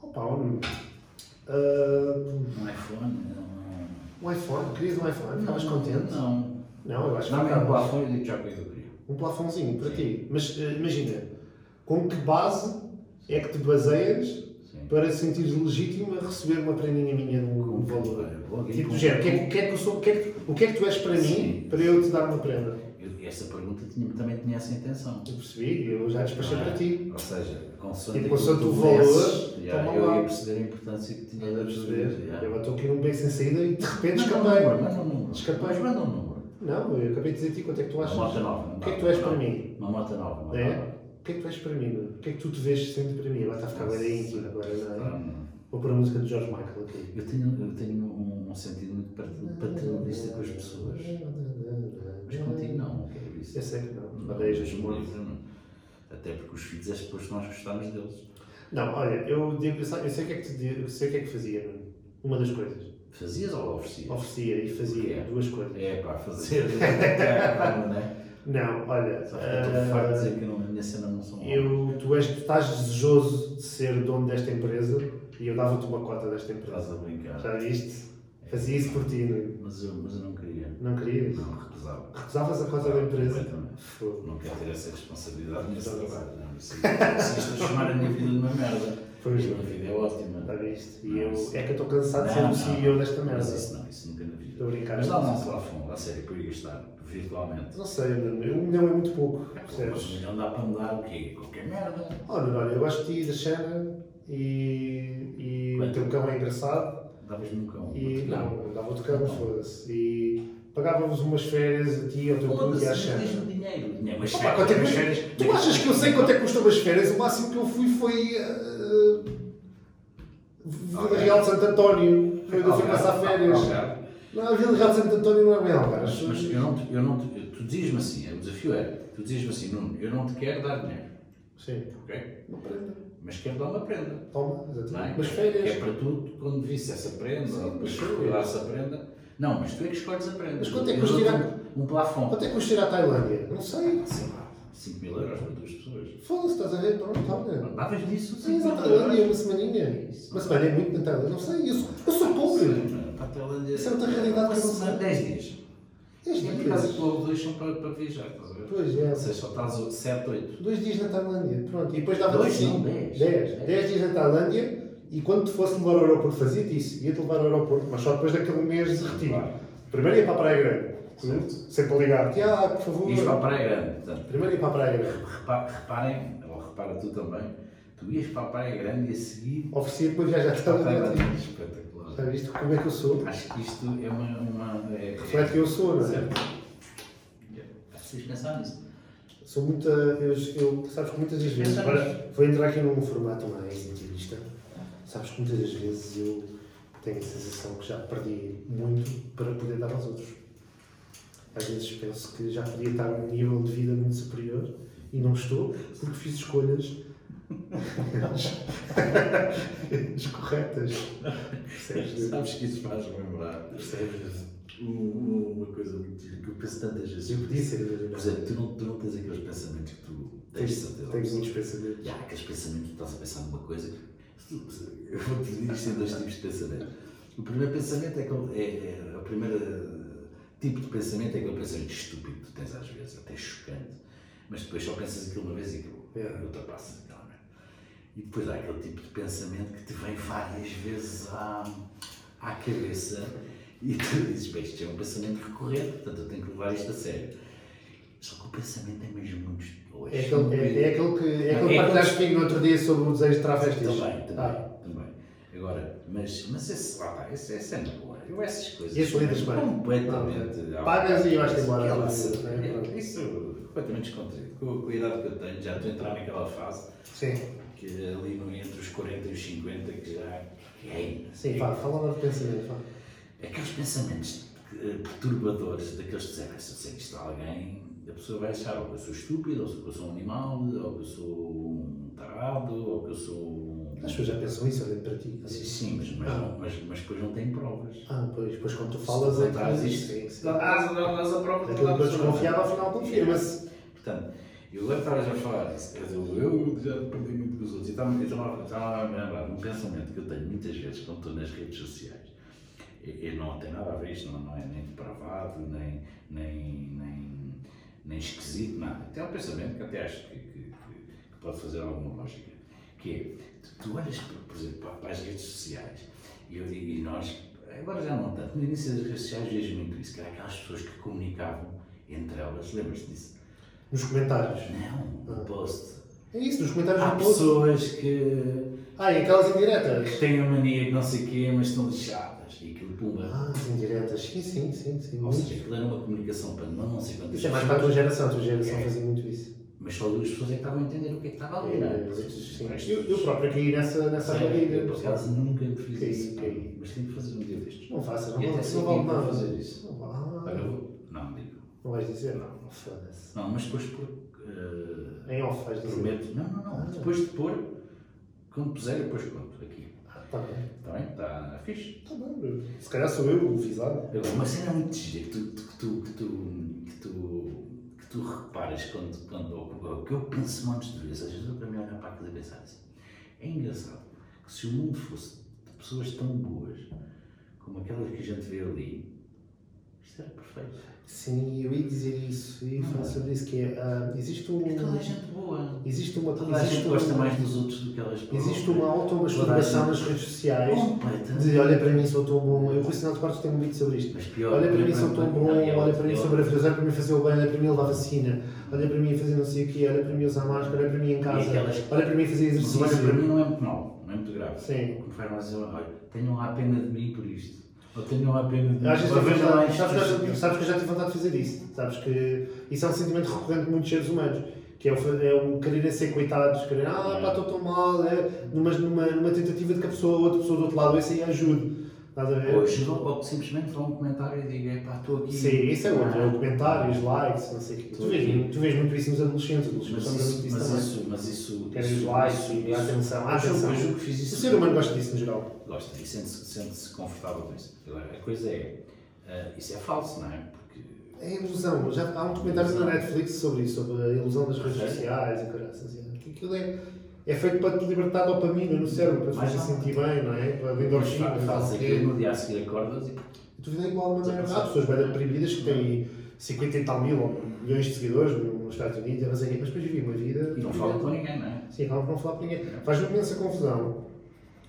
S1: opa, um, ah,
S2: um iPhone, um
S1: Um iPhone? Querias um iPhone? Ficavas contente?
S2: Não.
S1: Não, eu acho que
S2: Dá-me um
S1: ficava.
S2: plafond e digo já o que é que eu queria.
S1: Um plafãozinho para
S2: Sim.
S1: ti. Mas eh, imagina, com que base é que te baseias
S2: Sim.
S1: para sentir legítimo a receber uma prendinha minha num valor?
S2: Olha, vou aqui
S1: Tipo,
S2: com-
S1: do género, o que, é, que- o que é que eu sou, o que é que, o que é que tu és para
S2: Sim.
S1: mim para eu te dar uma prenda?
S2: Eu- Esta pergunta tinha- também tinha essa intenção.
S1: Eu percebi, eu já despachei
S2: Não é?
S1: para ti.
S2: Ou seja, consoante
S1: Tipo,
S2: aquilo
S1: consoante
S2: que tu
S1: o valor,
S2: desses, já,
S1: toma
S2: eu
S1: lá.
S2: ia perceber a importância que tinha
S1: Estás a perceber?
S2: já.
S1: Eu estou aqui num beco sem saída e de repente
S2: Mas
S1: escapei.
S2: manda um número, manda um número.
S1: Escapei.
S2: Mas manda um número.
S1: Não, eu acabei de dizer a ti quanto é que tu
S2: Uma
S1: achas.
S2: moto nova.
S1: O que é que tu és para mim?
S2: Uma moto nova. uma
S1: É?
S2: nova.
S1: O que é que tu és para mim? mano? O que é que tu te vês sendo para mim? Agora está a ficar bem íntimo agora, não é?
S2: Hum,
S1: Vou pôr a música do George Michael aqui.
S2: Eu tenho, eu tenho um, um sentido muito pat- paternalista com as pessoas. Mas contigo não, o que é isso?
S1: Eu sei que não.
S2: Não,
S1: Odeias
S2: Deus me
S1: muito.
S2: livre, não. Até porque os filhos é suposto nós gostarmos deles.
S1: Não, olha, eu, digo, eu sei eu sei o que é que te digo, eu sei o que é que fazia, mano. Uma das coisas.
S2: Fazias ou oferecias?
S1: Oferecia e fazia
S2: Ok.
S1: duas coisas.
S2: É pá, fazer. É, pá, não é?
S1: Não, olha.
S2: Só que eu estou
S1: ah,
S2: farto de dizer que eu não, a minha cena não são homens.
S1: Eu, tu, és, tu estás desejoso de ser dono desta empresa e eu dava-te uma cota desta
S2: Estás
S1: empresa.
S2: a brincar.
S1: Já viste? Fazia isso por ti, não é?
S2: Mas eu, mas eu não queria.
S1: não querias?
S2: Não, recusava.
S1: Recusavas a cota da empresa?
S2: Completamente.
S1: Fogo.
S2: Não quero ter essa responsabilidade nesse
S1: Exato.
S2: trabalho. Não, isso isso isto transformar a minha vida numa merda.
S1: Pois
S2: a
S1: não.
S2: minha vida é ótima.
S1: um Já viste? E
S2: Não,
S1: eu,
S2: isso-
S1: é que eu estou cansado de ser
S2: Não,
S1: o CEO
S2: não.
S1: desta merda.
S2: Mas isso não, isso nunca na vida.
S1: Estou a brincar.
S2: Mas dá um plafond, a sério, que eu ia gastar virtualmente.
S1: Não sei, mano. Um milhão é muito pouco,
S2: Mas um
S1: percebes?
S2: milhão dá para mudar o quê? Qualquer merda.
S1: Olha, olha, eu gosto de ti e da Shannon e, e o teu cão é engraçado.
S2: Davas-me um cão.
S1: E
S2: Não.
S1: não, dava outro cama, foda-se. E pagávamos umas férias a ti, ao teu clube e à
S2: Foda-se, mas
S1: Xana.
S2: diz-me dinheiro. Dinheiro, mas
S1: Opa,
S2: férias,
S1: quanto é que-
S2: mas férias-
S1: tu achas que eu sei quanto é que custam as férias? O máximo que eu fui foi. eh, Vila
S2: Ok.
S1: Real de Santo António. Foi onde eu fui
S2: Algarve,
S1: passar férias.
S2: Algarve.
S1: Não, a Vila Real de Santo António não é bem Algarve.
S2: Mas, mas eu não, te- eu não te- tu dizias-me assim, o desafio é, tu dizias-me assim, Nuno, eu não te quero dar dinheiro,
S1: Sim,
S2: ok?
S1: não prenda.
S2: Mas quero dar uma prenda,
S1: Toma,
S2: não é?
S1: exatamente. Mas
S2: Que é
S1: férias.
S2: para tu, quando visse essa prenda,
S1: Sim,
S2: ou
S1: mas
S2: depois
S1: foi.
S2: cuidasse a prenda. Não, mas tu é que escolhes a prenda.
S1: Mas quanto é que
S2: Eu
S1: custa ir a-
S2: dou-te Um, um plafond.
S1: Quanto é que custa ir à Tailândia? Não sei.
S2: Sei lá, 5 mil euros para duas pessoas.
S1: Foda-se, estás a ver? Pronto, tá olha.
S2: Davas disso?
S1: Sim,
S2: cinco
S1: exato,
S2: mil
S1: Tailândia, é
S2: euros?
S1: uma semaninha. Uma semana é muito na Tailândia, não sei. Eu sou, eu sou pobre.
S2: Sim, Para a Tailândia.
S1: Isso é outra realidade que eu não sei.
S2: 10 dias.
S1: És
S2: Em casa que
S1: rico.
S2: logo dois são para, para viajar, estás a ver?
S1: Pois é.
S2: Ou seja, só estás 7, 8.
S1: Dois dias na Tailândia, pronto. E depois dava
S2: Dois, não,
S1: dez.
S2: dez.
S1: Dez. Dez dias na Tailândia e quando te fosse levar ao aeroporto, fazia-te isso. Ia-te levar ao aeroporto, mas só depois daquele mês de retiro.
S2: Claro.
S1: Primeiro ia para a Praia Grande.
S2: Certo.
S1: Sempre a ligar-te. Ah, por favor.
S2: Isto para a Praia Grande, portanto.
S1: Primeiro ia para a Praia Grande.
S2: Repa- Reparem, ou repara tu também, tu ias para a Praia Grande e a seguir
S1: Oferecia depois já já
S2: para a Praia
S1: Tailândia.
S2: Grande. Espetacular.
S1: Já viste como é que eu sou?
S2: Acho que isto é uma. uma é,
S1: Reflete quem eu sou, não é?
S2: Certo. É, Acho que tens de pensar nisso.
S1: Sou muita. Eu, eu- sabes que muitas das vezes. Agora, vou entrar aqui num formato mais intimista. Sabes que muitas das vezes eu tenho a sensação que já perdi muito para poder dar aos outros. Às vezes penso que já podia estar num nível de vida muito superior e não estou, porque fiz escolhas. descorretas. Percebes?
S2: Sabes que isso faz lembrar
S1: Percebes?
S2: um- uma coisa muito gira que eu penso tantas vezes.
S1: Eu podia ser.
S2: Por exemplo, tu não, tu não tens aqueles pensamentos que tu tens de certeza.
S1: Tenho muitos pensamentos.
S2: Já, aqueles pensamentos que estás a pensar numa coisa. Eu vou te dizer isto em dois tipos de pensamento. O primeiro pensamento é que é, é- o primeiro tipo de pensamento é aquele pensamento estúpido que tu tens às vezes, até chocante, mas depois só pensas aquilo uma vez e aquilo
S1: É.
S2: ultrapassas aquela merda. E depois há aquele tipo de pensamento que te vem várias vezes à, à cabeça e tu dizes, bem, isto é um pensamento recorrente, portanto eu tenho que levar isto a sério. Só que o pensamento é mesmo muito ou
S1: É aquele, é, é aquele que, é
S2: Não,
S1: aquele
S2: é
S1: partilhaste comigo no outro dia sobre o desejo de travestis.
S2: Também, também,
S1: Ah,
S2: também. Agora, mas, mas esse, lá está, esse, esse é na boa. Eu essas coisas.
S1: Esse lidas bem.
S2: Completamente.
S1: Ah, pagas e vais-te embora.
S2: Aquela-
S1: É,
S2: Isso, completamente descontraído. Com a com a idade que eu tenho, já estou a entrar naquela fase
S1: sim,
S2: que ali no- entre os 40 e os 50, que já. que é-
S1: sim, vá, fala lá de pensamento. Vá.
S2: Aqueles pensamentos eh, perturbadores daqueles que dizem, "Ah, se eu disser isto a alguém, a pessoa vai achar ou que eu sou estúpido, ou que eu sou um animal, ou que eu sou um tarado, ou que eu sou um.
S1: As pessoas já pensam isso, olhando para ti.
S2: Sim, sim, mas, mas,
S1: Ah.
S2: mas, mas depois não tem provas.
S1: Ah, pois, depois quando tu falas é
S2: Dás
S1: que.
S2: isto,
S1: Sim, sim.
S2: dás, dás a prova
S1: Aquilo que eu
S2: dás a prova.
S1: desconfiava, afinal confirma-se.
S2: Portanto, eu agora estavas a falar, isso, quer dizer, eu já aprendi muito com os outros, e estava- eu estava estava a me lembrar de um pensamento que eu tenho muitas vezes quando estou nas redes sociais, e, e não tem nada a ver isto, não, não é nem depravado, nem, nem, nem, nem esquisito, nada. Tem um pensamento que até acho que, que- que- que pode fazer alguma lógica, que é, tu, tu olhas, por, por exemplo, para, para as redes sociais, e eu digo, e nós, agora já não tanto, no início das redes sociais vejo muito isso, que era aquelas pessoas que comunicavam entre elas, lembras-te disso?
S1: Nos comentários.
S2: Não, no post.
S1: É isso, nos comentários
S2: Há
S1: do Ah. post.
S2: pessoas que
S1: Ah, e aquelas indiretas.
S2: que têm a mania que não sei o quê, mas estão lixadas. E aquilo, pumba.
S1: Ah, as indiretas. Sim, sim, sim, sim.
S2: Ou
S1: muito.
S2: seja, aquilo era uma comunicação para não, não sei quantas
S1: Isso é mais para a tua geração, a tua geração fazia muito isso.
S2: Mas só duas pessoas é que estavam a entender o que é que estava ali, É. não é? Os restos-
S1: Eu, eu próprio caí nessa, nessa
S2: Sim,
S1: armadilha.
S2: é, eu, por acaso nunca fiz
S1: Caí,
S2: isso. pá.
S1: caí.
S2: Mas tenho que fazer um dia destes.
S1: Não faças, é não,
S2: E até
S1: vale-
S2: sei
S1: não vale
S2: quem é que vai
S1: nada.
S2: fazer isso.
S1: Não vale.
S2: Olha, eu vou. Não, digo.
S1: Não vais dizer? Não, não foda-se.
S2: Não, mas depois por. eh,
S1: Em off vais dizer.
S2: prometo. Não, não,
S1: Ah.
S2: não. Depois de pôr, quando puser, eu depois conto. Aqui.
S1: Ah, tá bem.
S2: Está bem? Está fixe.
S1: Tá bem, meu. Se calhar sou eu o visado.
S2: Agora, Uma cena muito gira que tu, que tu, que tu, que tu, que tu reparas quando, quando ou, ou que eu penso montes de vezes, às vezes eu para mim olhar para aquilo e pensar assim, é engraçado que se o mundo fosse de pessoas tão boas como aquelas que a gente vê ali, isto era perfeito.
S1: Sim, eu ia dizer isso. Eu ia falar sobre isso, que é... ah, existe um...
S2: E Toda a gente boa.
S1: Existe uma...
S2: Toda a
S1: existe
S2: gente
S1: uma-
S2: gosta mais dos outros do que elas próprias.
S1: Existe uma
S2: Toda
S1: automasturbação
S2: a
S1: nas
S2: gente-
S1: redes sociais.
S2: completa.
S1: De, olha para mim, sou tão bom. Eu, Rui Sinal de Cortes, tem um vídeo sobre isto.
S2: Mas pior.
S1: Olha para mim,
S2: pior,
S1: sou tão
S2: pior,
S1: bom,
S2: pior,
S1: olha para mim,
S2: pior.
S1: sou maravilhoso, olha para mim fazer o bem, olha para mim levar vacina, olha para mim fazer não sei o quê, olha para mim usar máscara, olha para mim em casa,
S2: aquelas-
S1: olha para mim fazer
S2: Mas olha, para
S1: exercício.
S2: mim não é muito mal, não é muito grave.
S1: Sim.
S2: Como faz mais dizer, olha, tenham lá pena de mim por isto. Ou tenham lá pena de mim.
S1: Às vezes
S2: Ou
S1: eu vejo-
S2: vejam lá
S1: sabes,
S2: isto,
S1: que eu-
S2: isto,
S1: sabes que eu já tive vontade de fazer isso. Sabes que isso é um sentimento recorrente de muitos seres humanos, que é o, fa- é o quererem ser coitados, querer, ah pá, estou tão mal, é, numa, numa, numa tentativa de que a pessoa, outra pessoa do outro lado, esse aí ajude. Estás a ver?
S2: Ou ajudam, ou que simplesmente vão um comentário e digam, epá, estou aqui.
S1: Sim, isso é outro, é o comentários, likes, não sei o quê. Tu vês, tu vês muito isso nos adolescentes, os
S2: Mas
S1: adolescentes são
S2: isso,
S1: muito isso
S2: mas
S1: também.
S2: isso, mas isso.
S1: Querem
S2: isso-
S1: os likes
S2: isso-
S1: e a atenção. A
S2: Eu
S1: atenção.
S2: julgo- eu julgo que fiz
S1: O
S2: isso.
S1: ser humano gosta disso no geral.
S2: Gosta e sente-se sente confortável com isso. Agora, a coisa é, ah, isso é falso, não é? Porque.
S1: É ilusão. Já há um documentário na Netflix sobre isso, sobre a ilusão das redes
S2: Sério?
S1: sociais e corações. Aquilo é, é feito para te libertar dopamina no cérebro, para te
S2: Mas
S1: fazer
S2: não.
S1: sentir bem, não é? Para a endorfina,
S2: faz-
S1: não
S2: Fazes
S1: sei o
S2: aquilo
S1: quê.
S2: no dia a seguir acordas e.
S1: E Tu vês igual de maneira. Há pessoas bem deprimidas que têm 50 e tal mil ou milhões de seguidores nos Estados Unidos, mas aí- mas depois vivem uma vida.
S2: E não falam com ninguém, não é?
S1: Sim, acabam por não falar para ninguém. Faz-me imensa confusão.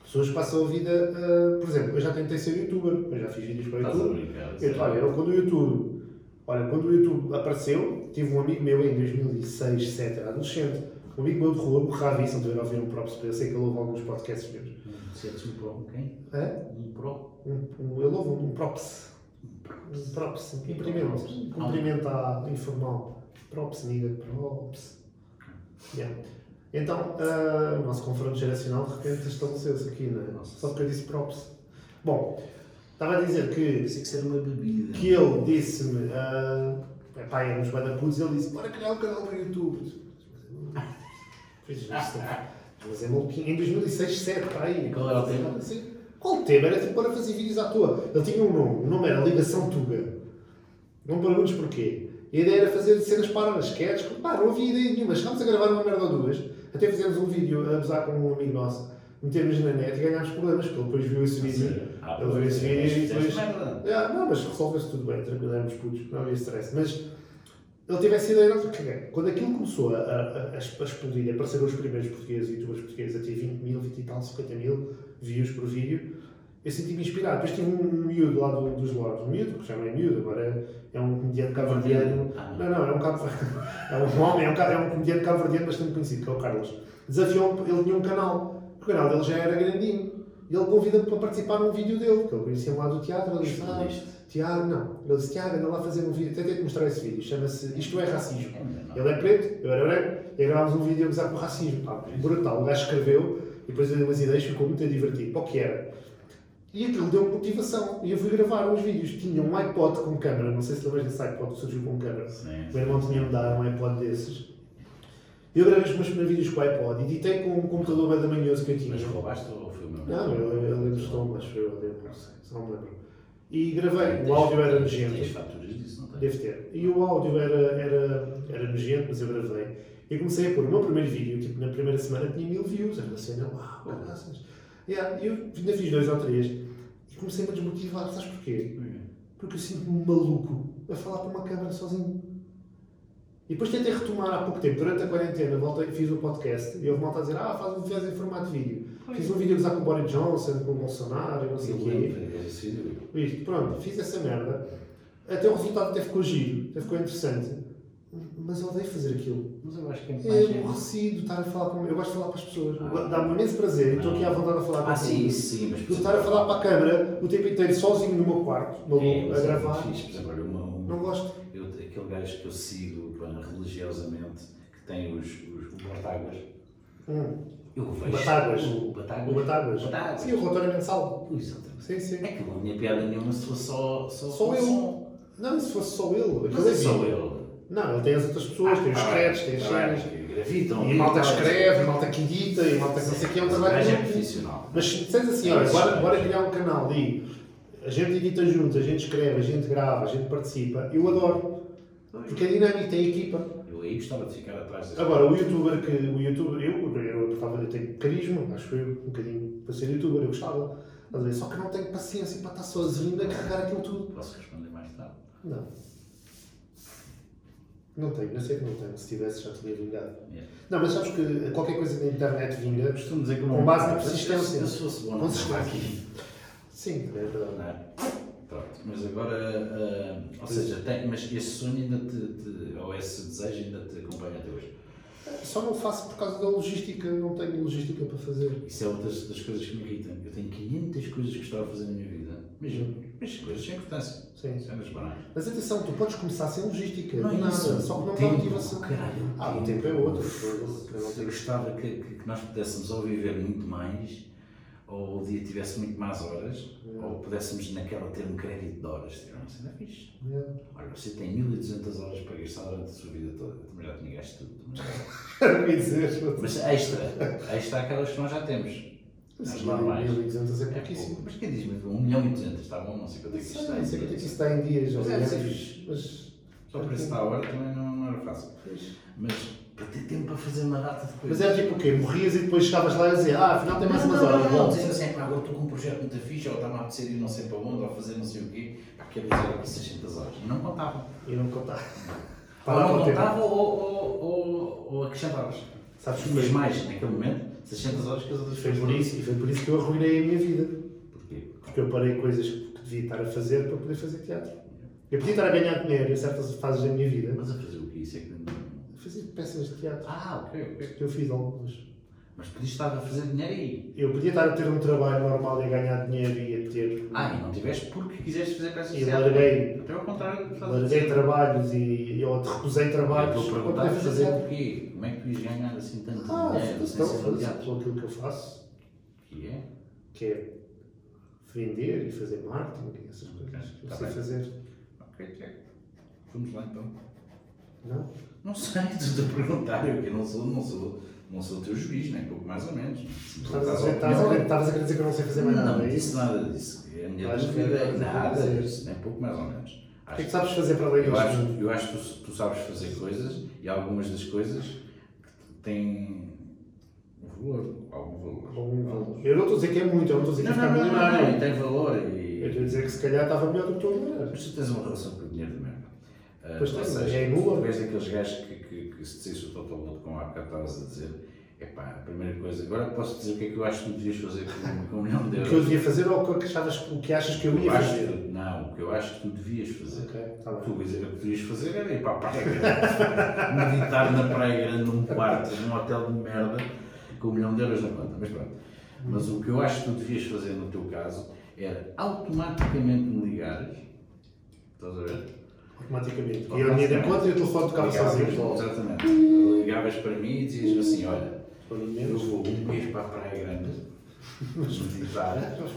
S1: Pessoas passam a vida. ah, por exemplo, eu já tentei ser youtuber, eu já fiz vídeos para o
S2: Estás a
S1: YouTube.
S2: brincar.
S1: Eu, olha, eu, quando o YouTube. Olha, quando o YouTube apareceu, tive um amigo meu em 2006, 2007, era adolescente. Um amigo meu de rua, o Ravi, se não tiver a ouvir um próprio eu sei que ele ouve alguns podcasts meus.
S2: Sentes um pro, quem?
S1: Hã?
S2: Um pro.
S1: Um, um, ele ouve um props. Um props, um cumprimento. Um cumprimento à informal. Props, nigga, props. Yeah. Então, ah, o nosso confronto geracional de repente estabeleceu-se aqui, não é?
S2: Nossa.
S1: Só porque eu disse props. Bom, estava a dizer que
S2: Pensei que é isso era uma bebida.
S1: que ele disse-me, ah, epá, éramos bem da putos, ele disse, bora criar um canal no YouTube. Pois isto, Mas é maluquinho. Em 2006, 2007, para aí.
S2: Qual era o tema?
S1: Assim, Qual o tema? Era tipo para fazer vídeos à toa. Ele tinha um nome, o nome era Ligação Tuga. Não me perguntes porquê. E a ideia era fazer cenas para sketches, porque pá, não havia ideia nenhuma. Chegámos a gravar uma merda ou duas, até fizemos um vídeo a abusar com um amigo nosso, metemos na net e ganhámos problemas, porque ele depois viu esse vídeo.
S2: Ah,
S1: Ele viu esse vídeo e depois.
S2: é merda.
S1: Ah, não, mas resolveu-se tudo bem, tranquilo, éramos putos, não havia stress. Mas ele teve essa ideia, não caguei. Quando aquilo começou a, a, a exp- a explodir, apareceram os primeiros portugueses, youtubers portugueses, a ter 20 mil, 20 e tal, 50 mil views por vídeo, eu senti-me inspirado. Depois tive um miúdo lá do, dos Louros, um miúdo, que já não é miúdo, agora é um comediante cabo-verdiano.
S2: Ah.
S1: Não, não, é um cabo é um homem, é um, ca- é um comediante cabo-verdiano bastante conhecido, que é o Carlos. Desafiou-me, ele tinha um canal, o canal dele já era grandinho. E ele convida-me para participar num vídeo dele, que ele conhecia lá do teatro, ele disse, "Ah,
S2: Explodiste.
S1: Tiago, não. Ele disse, Tiago, anda lá fazer um vídeo. Até tentei-te mostrar esse vídeo. Chama-se Isto é Racismo.
S2: Ainda não.
S1: Ele é preto, eu era branco, e gravámos um vídeo a gozar com o racismo.
S2: Ah,
S1: Pá, brutal. O gajo escreveu e depois eu dei umas ideias, ficou muito divertido. Para o que era? E aquilo deu motivação. E eu fui gravar uns vídeos. Tinha um iPod com câmera. Não sei se lembras desse iPod que surgiu com câmera.
S2: Sim.
S1: O meu irmão tinha-me dado um iPod desses. Eu gravei os meus primeiros vídeos com o iPod. Editei com um computador bem manhoso que eu tinha.
S2: é Mas roubaste ou foi o meu? Então,
S1: Não, eu, eu lembro de tom, acho eu, lembro, não sei, só não me lembro. E gravei, o áudio era
S2: Tens
S1: nojento,
S2: faturas disso, não tens?
S1: deve ter. E o áudio era, era, era nojento, mas eu gravei. E comecei a pôr o meu primeiro vídeo, tipo, na primeira semana tinha mil views, era uma cena, uau, graças. Yeah, eu ainda fiz dois ou três. E comecei-me a desmotivar, sabes porquê?
S2: é?
S1: Porque eu sinto-me um maluco a falar para uma câmara sozinho. E depois tentei retomar há pouco tempo, durante a quarentena, voltei e fiz o podcast e houve malta a dizer, ah, faz, faz em formato de vídeo. Fiz um vídeo a usar com o Boris Johnson, com o Bolsonaro e não sei o
S2: Eu
S1: quê.
S2: lembro, eu decido.
S1: Isto, pronto, fiz essa merda. Até o resultado até ficou giro, até ficou interessante. Mas eu odeio fazer aquilo.
S2: Mas eu acho que é mais
S1: Eu aborreci de estar a falar com. Eu gosto de falar para as pessoas.
S2: Ah.
S1: Dá-me um imenso prazer e estou aqui à vontade a falar com
S2: Ah, sim,
S1: vocês.
S2: isso sim, mas É,
S1: De estar a falar para a câmara o tempo inteiro sozinho no meu quarto, maluco, a gravar.
S2: Agora, uma, uma,
S1: Não gosto.
S2: eu, aquele gajo que eu sigo pá, religiosamente, que tem os, os, os Batáguas.
S1: Hum.
S2: Eu vejo.
S1: Batáguas.
S2: O Batáguas.
S1: O Batáguas.
S2: Batáguas.
S1: Sim, o relatório é mensal.
S2: Exatamente.
S1: Sim, sim.
S2: É que não tinha piada nenhuma se fosse só. Só,
S1: Só
S2: só
S1: eu.
S2: som.
S1: Não, se fosse só ele.
S2: Mas é só Ah, tá
S1: ele.
S2: eu.
S1: Não, ele tem as outras pessoas, tem os créditos, tem as cenas.
S2: Gravitam.
S1: E a malta escreve, e a malta que edita, e a malta que não sei o que é um trabalho.
S2: Mas é
S1: muito-
S2: profissional.
S1: Mas se disseres assim, olha, bora, bora criar um canal e a gente edita juntos, a gente escreve, a gente grava, a gente participa, eu adoro. Porque é dinâmico, tem equipa.
S2: Eu aí gostava de ficar atrás desse.
S1: Agora, o youtuber que. O youtuber, eu, eu gostava de ter carisma, acho que eu, um bocadinho para ser youtuber, eu gostava. Estás a ver? Só que não tenho paciência para estar sozinho a carregar aquilo tudo.
S2: Posso responder mais tarde.
S1: Não. Não tenho, não sei que não tenho. Se tivesse já tinha vingado.
S2: É.
S1: Não, mas sabes que qualquer coisa na internet vinga.
S2: Costumo dizer que
S1: Com base na persistência.
S2: Eu se fosse bom, não estava
S1: Consistência.
S2: aqui.
S1: Sim, também é verdade.
S2: Pronto, mas agora, ah, ou seja, tem, mas esse sonho ainda te, te- ou esse desejo ainda te acompanha até hoje.
S1: Só não faço por causa da logística, não tenho logística para fazer.
S2: Isso é outra das, das coisas que me irritam. Eu tenho 500 coisas que gostava de fazer na minha vida, mas,
S1: Uhum.
S2: mas coisas sem importância,
S1: Sim.
S2: cenas banais.
S1: Mas atenção, tu podes começar sem logística,
S2: Não é
S1: nada,
S2: isso,
S1: só que não
S2: o
S1: dá
S2: tempo, oh,
S1: motivação.
S2: caralho, o
S1: Ah, o
S2: tempo.
S1: tempo é outro. foda-se, eu não
S2: Eu
S1: tenho-
S2: gostava que, que, que nós pudéssemos ou viver muito mais, ou o dia tivesse muito mais horas,
S1: É.
S2: ou pudéssemos naquela ter um crédito de horas. Ter uma cena é fixe.
S1: É.
S2: Olha, você tem 1200 horas para gastar durante a sua vida toda. Também já tinha gasto tudo. também já-
S1: Era o que eu ia dizer.
S2: Mas extra, extra aquelas que nós já temos. Mas
S1: Mas
S2: não mais.
S1: 1200 é
S2: É
S1: pouquíssimo.
S2: pouco. Mas quem diz mesmo? 1 milhão e 200, está bom? Não sei quanto é que isto está.
S1: Não sei quanto é que é isso está em dias, ou
S2: Mas assim. deve ser
S1: anos,
S2: fixe.
S1: mas.
S2: Só para isso à hora também não, não era fácil. Mas para ter tempo para fazer uma data de
S1: Mas
S2: coisas.
S1: era tipo o quê? Morrias e depois chegavas lá e dizia, ah, afinal tem mais umas
S2: não,
S1: horas.
S2: não, não,
S1: volto."
S2: dizer assim, pá, agora estou com um projeto muito fixe, ou está-me a apetecer ir não sei para onde, ou fazer não sei o quê, pá, quero dizer aqui 600 horas. Não contava.
S1: E não contava.
S2: Ou
S1: Para
S2: não
S1: não contar.
S2: contava ou, ou, ou, ou acrescentavas.
S1: Sabes que
S2: Mas
S1: foi,
S2: mais, naquele momento, 600 horas que as outras
S1: foi por isso, e foi por isso que eu arruinei a minha vida.
S2: Porquê?
S1: Porque eu parei coisas que devia estar a fazer para poder fazer teatro. Eu podia estar a ganhar dinheiro em certas fases da minha vida,
S2: Mas a fazer o que isso é que não.
S1: mas fazia peças de teatro.
S2: Ah, ok, ok.
S1: Eu fiz algumas.
S2: Mas podias estar a fazer dinheiro aí.
S1: Eu podia estar a ter um trabalho normal e a ganhar dinheiro e a ter.
S2: Ah, e não tiveste porque quiseste fazer peças
S1: E
S2: de teatro.
S1: larguei.
S2: Até Então, ao contrário, estás a
S1: Larguei
S2: dizer.
S1: trabalhos e eu te recusei
S2: Eu
S1: trabalhos.
S2: Estou a
S1: para
S2: perguntar
S1: poder
S2: a fazer
S1: teatro.
S2: porquê? Como é que tu ias ganhar assim tanto
S1: Ah,
S2: dinheiro sem
S1: então,
S2: ser
S1: fazer
S2: avaliado?
S1: com aquilo que eu faço,
S2: Que é?
S1: que é vender e fazer marketing e essas coisas que eu
S2: Tá
S1: sei
S2: bem.
S1: fazer.
S2: Ok, check. Vamos lá então.
S1: Não?
S2: Não sei, estou a perguntar. Eu que não sou, não sou, não sou teu juiz, né? Pouco mais ou menos. Se me
S1: Estavas a dizer-
S2: perguntares a
S1: Estavas a
S2: opinião,
S1: querer- estavas a querer dizer que eu não sei fazer mais
S2: Não,
S1: nada,
S2: Tá não
S1: é isso?
S2: disse nada disso. A minha
S1: Acho que
S2: dúvida é
S1: não, não
S2: nada
S1: dizer.
S2: disso, nem pouco mais ou menos.
S1: O
S2: Acho
S1: que é que sabes fazer para além
S2: eu
S1: disto?
S2: acho, eu acho que tu, tu sabes fazer coisas e algumas das coisas que têm um valor, algum valor.
S1: Algum valor. Eu não estou a dizer que é muito, eu não estou a dizer que
S2: Não,
S1: é
S2: não, não, não, não,
S1: milionário.
S2: tem valor
S1: Eu estou a
S2: e...
S1: dizer que se calhar estava melhor do que estou a ganhar.
S2: Mas tu tens uma relação com o dinheiro de merda. Ah,
S1: Pois
S2: ou
S1: tens,
S2: seja,
S1: é nula.
S2: Tu vês aqueles gajos que, que, que se dissesse o total loto como há bocado estavas a dizer, é pá, a primeira coisa, agora posso dizer o que é que eu acho que tu devias fazer com, com um milhão de
S1: O
S2: euros.
S1: que eu devia fazer ou o que, achavas, o que achas que eu ia
S2: Eu acho
S1: fazer?
S2: que- não, o que eu acho que tu devias fazer.
S1: Ok, está
S2: O
S1: bem.
S2: que tu podias fazer era ir para a Praia Grande, meditar na Praia Grande num quarto, num hotel de merda, com um milhão de euros na conta, mas pronto. Mas o que eu acho que tu devias fazer no teu caso era automaticamente me ligares, estás a ver?
S1: Automaticamente. E eu ia da conta e o telefone tocava sozinho.
S2: Exatamente. Ligavas para mim e dizias assim, olha,
S1: Pelo
S2: eu
S1: menos.
S2: vou um mês para a Praia Grande, meditar, estás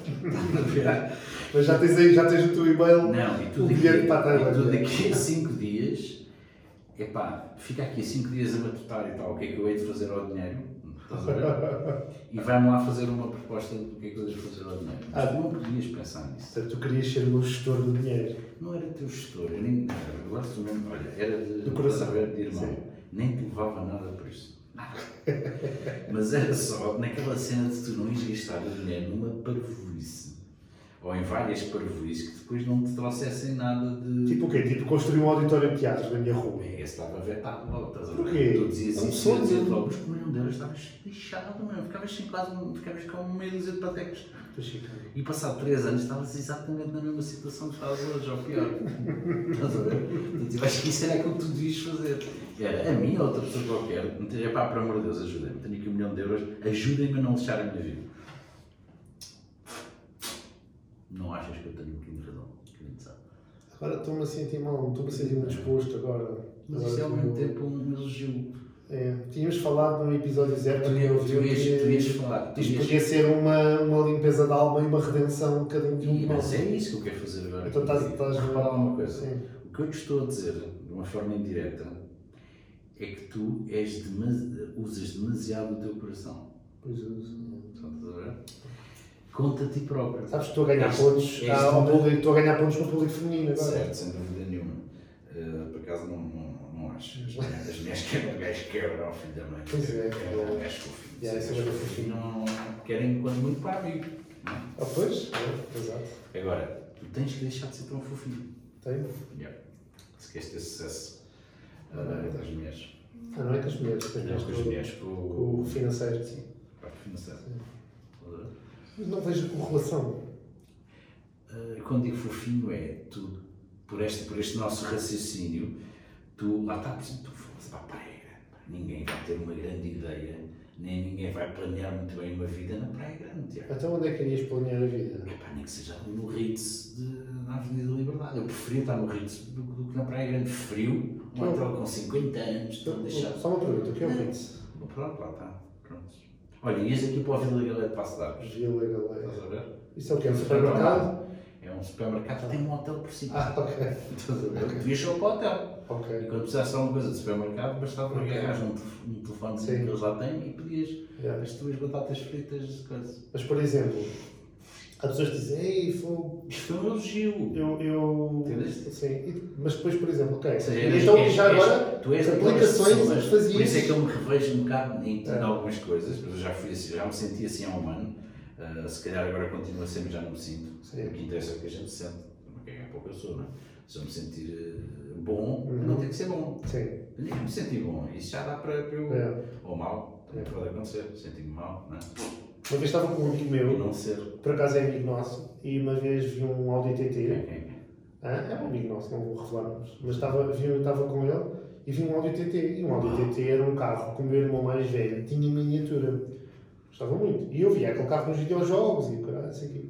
S2: a ver?
S1: Mas já tens aí, já tens o teu e-mail.
S2: Não, e
S1: O
S2: tu daqui,
S1: bilhete para a Tailândia.
S2: e tu daqui a 5 dias, epá, fica aqui a 5 dias a matutar e tal, o que é que eu hei de fazer ao dinheiro? Estás a ver? E vai-me lá fazer uma proposta do que é que eu hei de fazer ao dinheiro. Mas
S1: Ah,
S2: tu não podias pensar nisso.
S1: Portanto, tu querias ser o gestor do dinheiro.
S2: Não era teu gestor, eu nem eu gosto mesmo, olha, era de,
S1: Do coração.
S2: estás a ver, de irmão.
S1: Sim.
S2: Nem te levava nada para isso. Nada. Mas era só naquela cena de tu não ias gastar o dinheiro numa parvoíce. ou em várias parvoízes que depois não te trouxessem nada de.
S1: Tipo o quê? Tipo construir um auditório de teatro na minha rua.
S2: Esse estava vetado logo, estás a ver?
S1: Porquê?
S2: Tu dizias
S1: É um
S2: isso,
S1: sonho.
S2: eu dizia logo, mas como não delas, estavas lixado, meu. Ficavas sem quase, um- ficavas com meio dúzia de patecos.
S1: Estou chique.
S2: E passado 3 anos estavas exatamente na mesma situação que estás hoje, ou pior. Estás a ver? Portanto, eu acho que isso era aquilo que tu devias fazer. Era a mim ou outra pessoa qualquer. Então, É pá, por amor de Deus, ajudem-me. Tenho aqui um milhão de euros, ajudem-me a não lixar a minha vida. Não achas que eu tenho um bocadinho de razão? Querido sabe?
S1: Agora estou-me a sentir mal, estou-me a sentir mal disposto agora.
S2: Mas
S1: Agora
S2: isso é ao
S1: estou-
S2: mesmo tempo um elogio.
S1: É, tínhamos falado num episódio zero
S2: Tu
S1: que eu
S2: ias,
S1: vi um
S2: tu ias, tu ias
S1: que
S2: falar. Tu
S1: isto
S2: ias,
S1: podia ser uma, uma limpeza da alma e uma redenção de cada um de um de
S2: E-
S1: nós.
S2: mas é isso que eu quero fazer agora.
S1: Então estás, estás
S2: a falar uma coisa.
S1: Sim.
S2: O que eu te estou a dizer, de uma forma indireta, é que tu és demasi- usas demasiado o teu coração.
S1: Pois é.
S2: Estás a ver? Conta a ti próprio.
S1: Sabes que estou a ganhar
S2: Este-
S1: pontos
S2: este
S1: ao
S2: momento-
S1: público, estou a ganhar pontos no público feminino agora.
S2: Certo, sem dúvida nenhuma. Eh, por acaso não, não, não acho. As mulheres- as mulheres querem o gajo quebra ao filho da mãe.
S1: é. Pois é,
S2: Querem
S1: é.
S2: o gajo fofinho.
S1: Yeah, isso é
S2: Gajo
S1: bem
S2: fofinho. Não querem quando muito para amigo.
S1: Ah, pois? É, exato.
S2: Agora, tu tens que deixar de ser tão fofinho.
S1: Tenho.
S2: Yeah. Se queres ter sucesso eh,
S1: Ah,
S2: com as mulheres.
S1: Ah, não é com as mulheres, tem
S2: Não,
S1: mais
S2: com
S1: com
S2: as mulheres. Com
S1: com o
S2: o
S1: financeiro. Sim.
S2: parte financeira. Eh, Estás a ver?
S1: Mas não vejo correlação.
S2: Ah, Quando digo fofinho é, tu, por este, por este nosso raciocínio, tu lá está, por exemplo, tu falas para a praia grande. pá, Ninguém vai ter uma grande ideia, nem ninguém vai planear muito bem uma vida na praia grande. Tiago.
S1: Então onde é que querias planear a vida?
S2: Epá, nem que seja ali no Ritz de, na Avenida da Liberdade. Eu preferia estar no Ritz do, do que na Praia Grande frio, um
S1: Claro.
S2: hotel com 50 anos, então deixar. Hum.
S1: Só uma pergunta, o que é o Ritz?
S2: Pronto, lá está. Pronto. Olha, e este aqui para o Vila Galé de Passo de Arcos.
S1: Vila Galé.
S2: Estás a ver?
S1: Isso é o que? É um supermercado?
S2: É um supermercado que tem um hotel por cima.
S1: Ah, ok.
S2: Estás a ver? Devias só para o hotel. E
S1: Ok.
S2: quando precisasse de alguma coisa de supermercado, bastava
S1: Ok.
S2: agarrar um, telef- um telefone que
S1: Sim.
S2: eles lá têm e pedias
S1: yeah.
S2: as tuas batatas fritas de coisa.
S1: Mas, por exemplo, há pessoas que dizem, ei, fogo,
S2: Isto foi um elogio.
S1: eu. eu...
S2: Entendeste?
S1: Sim. E- Mas depois, por exemplo, ok.
S2: Ou seja,
S1: E
S2: eras-
S1: então,
S2: és-
S1: já
S2: és-
S1: agora,
S2: tu és daquelas
S1: aplicações
S2: pessoas-
S1: fazias-
S2: Por isso é que eu me revejo um bocado em
S1: É.
S2: em algumas coisas, mas eu já, fui, assim, já me senti assim há um ano. Ah, se calhar agora continua a ser, mas já não me sinto.
S1: Sim.
S2: O que interessa é o que a gente sente. Não é pouco eu sou, não é? Se eu me sentir eh, bom,
S1: Uhum.
S2: não tem é que ser bom.
S1: sim.
S2: Eu nem me senti bom. Isso já dá para para eu.
S1: É.
S2: Ou mal, também
S1: É.
S2: pode acontecer, senti-me mal, não é?
S1: Uma vez estava com um amigo
S2: Ou
S1: meu,
S2: não ser.
S1: por acaso é amigo nosso, e uma vez vi um Audi TT.
S2: Quem, quem, quem?
S1: Ah, é um amigo nosso, não vou revelar nomes. Mas estava, vi, eu estava com ele e vi um Audi TT. E um Audi TT era um carro que o meu irmão mais velho tinha miniatura. Gostava muito. E eu via aquele carro nos videojogos e o caralho, não sei o quê.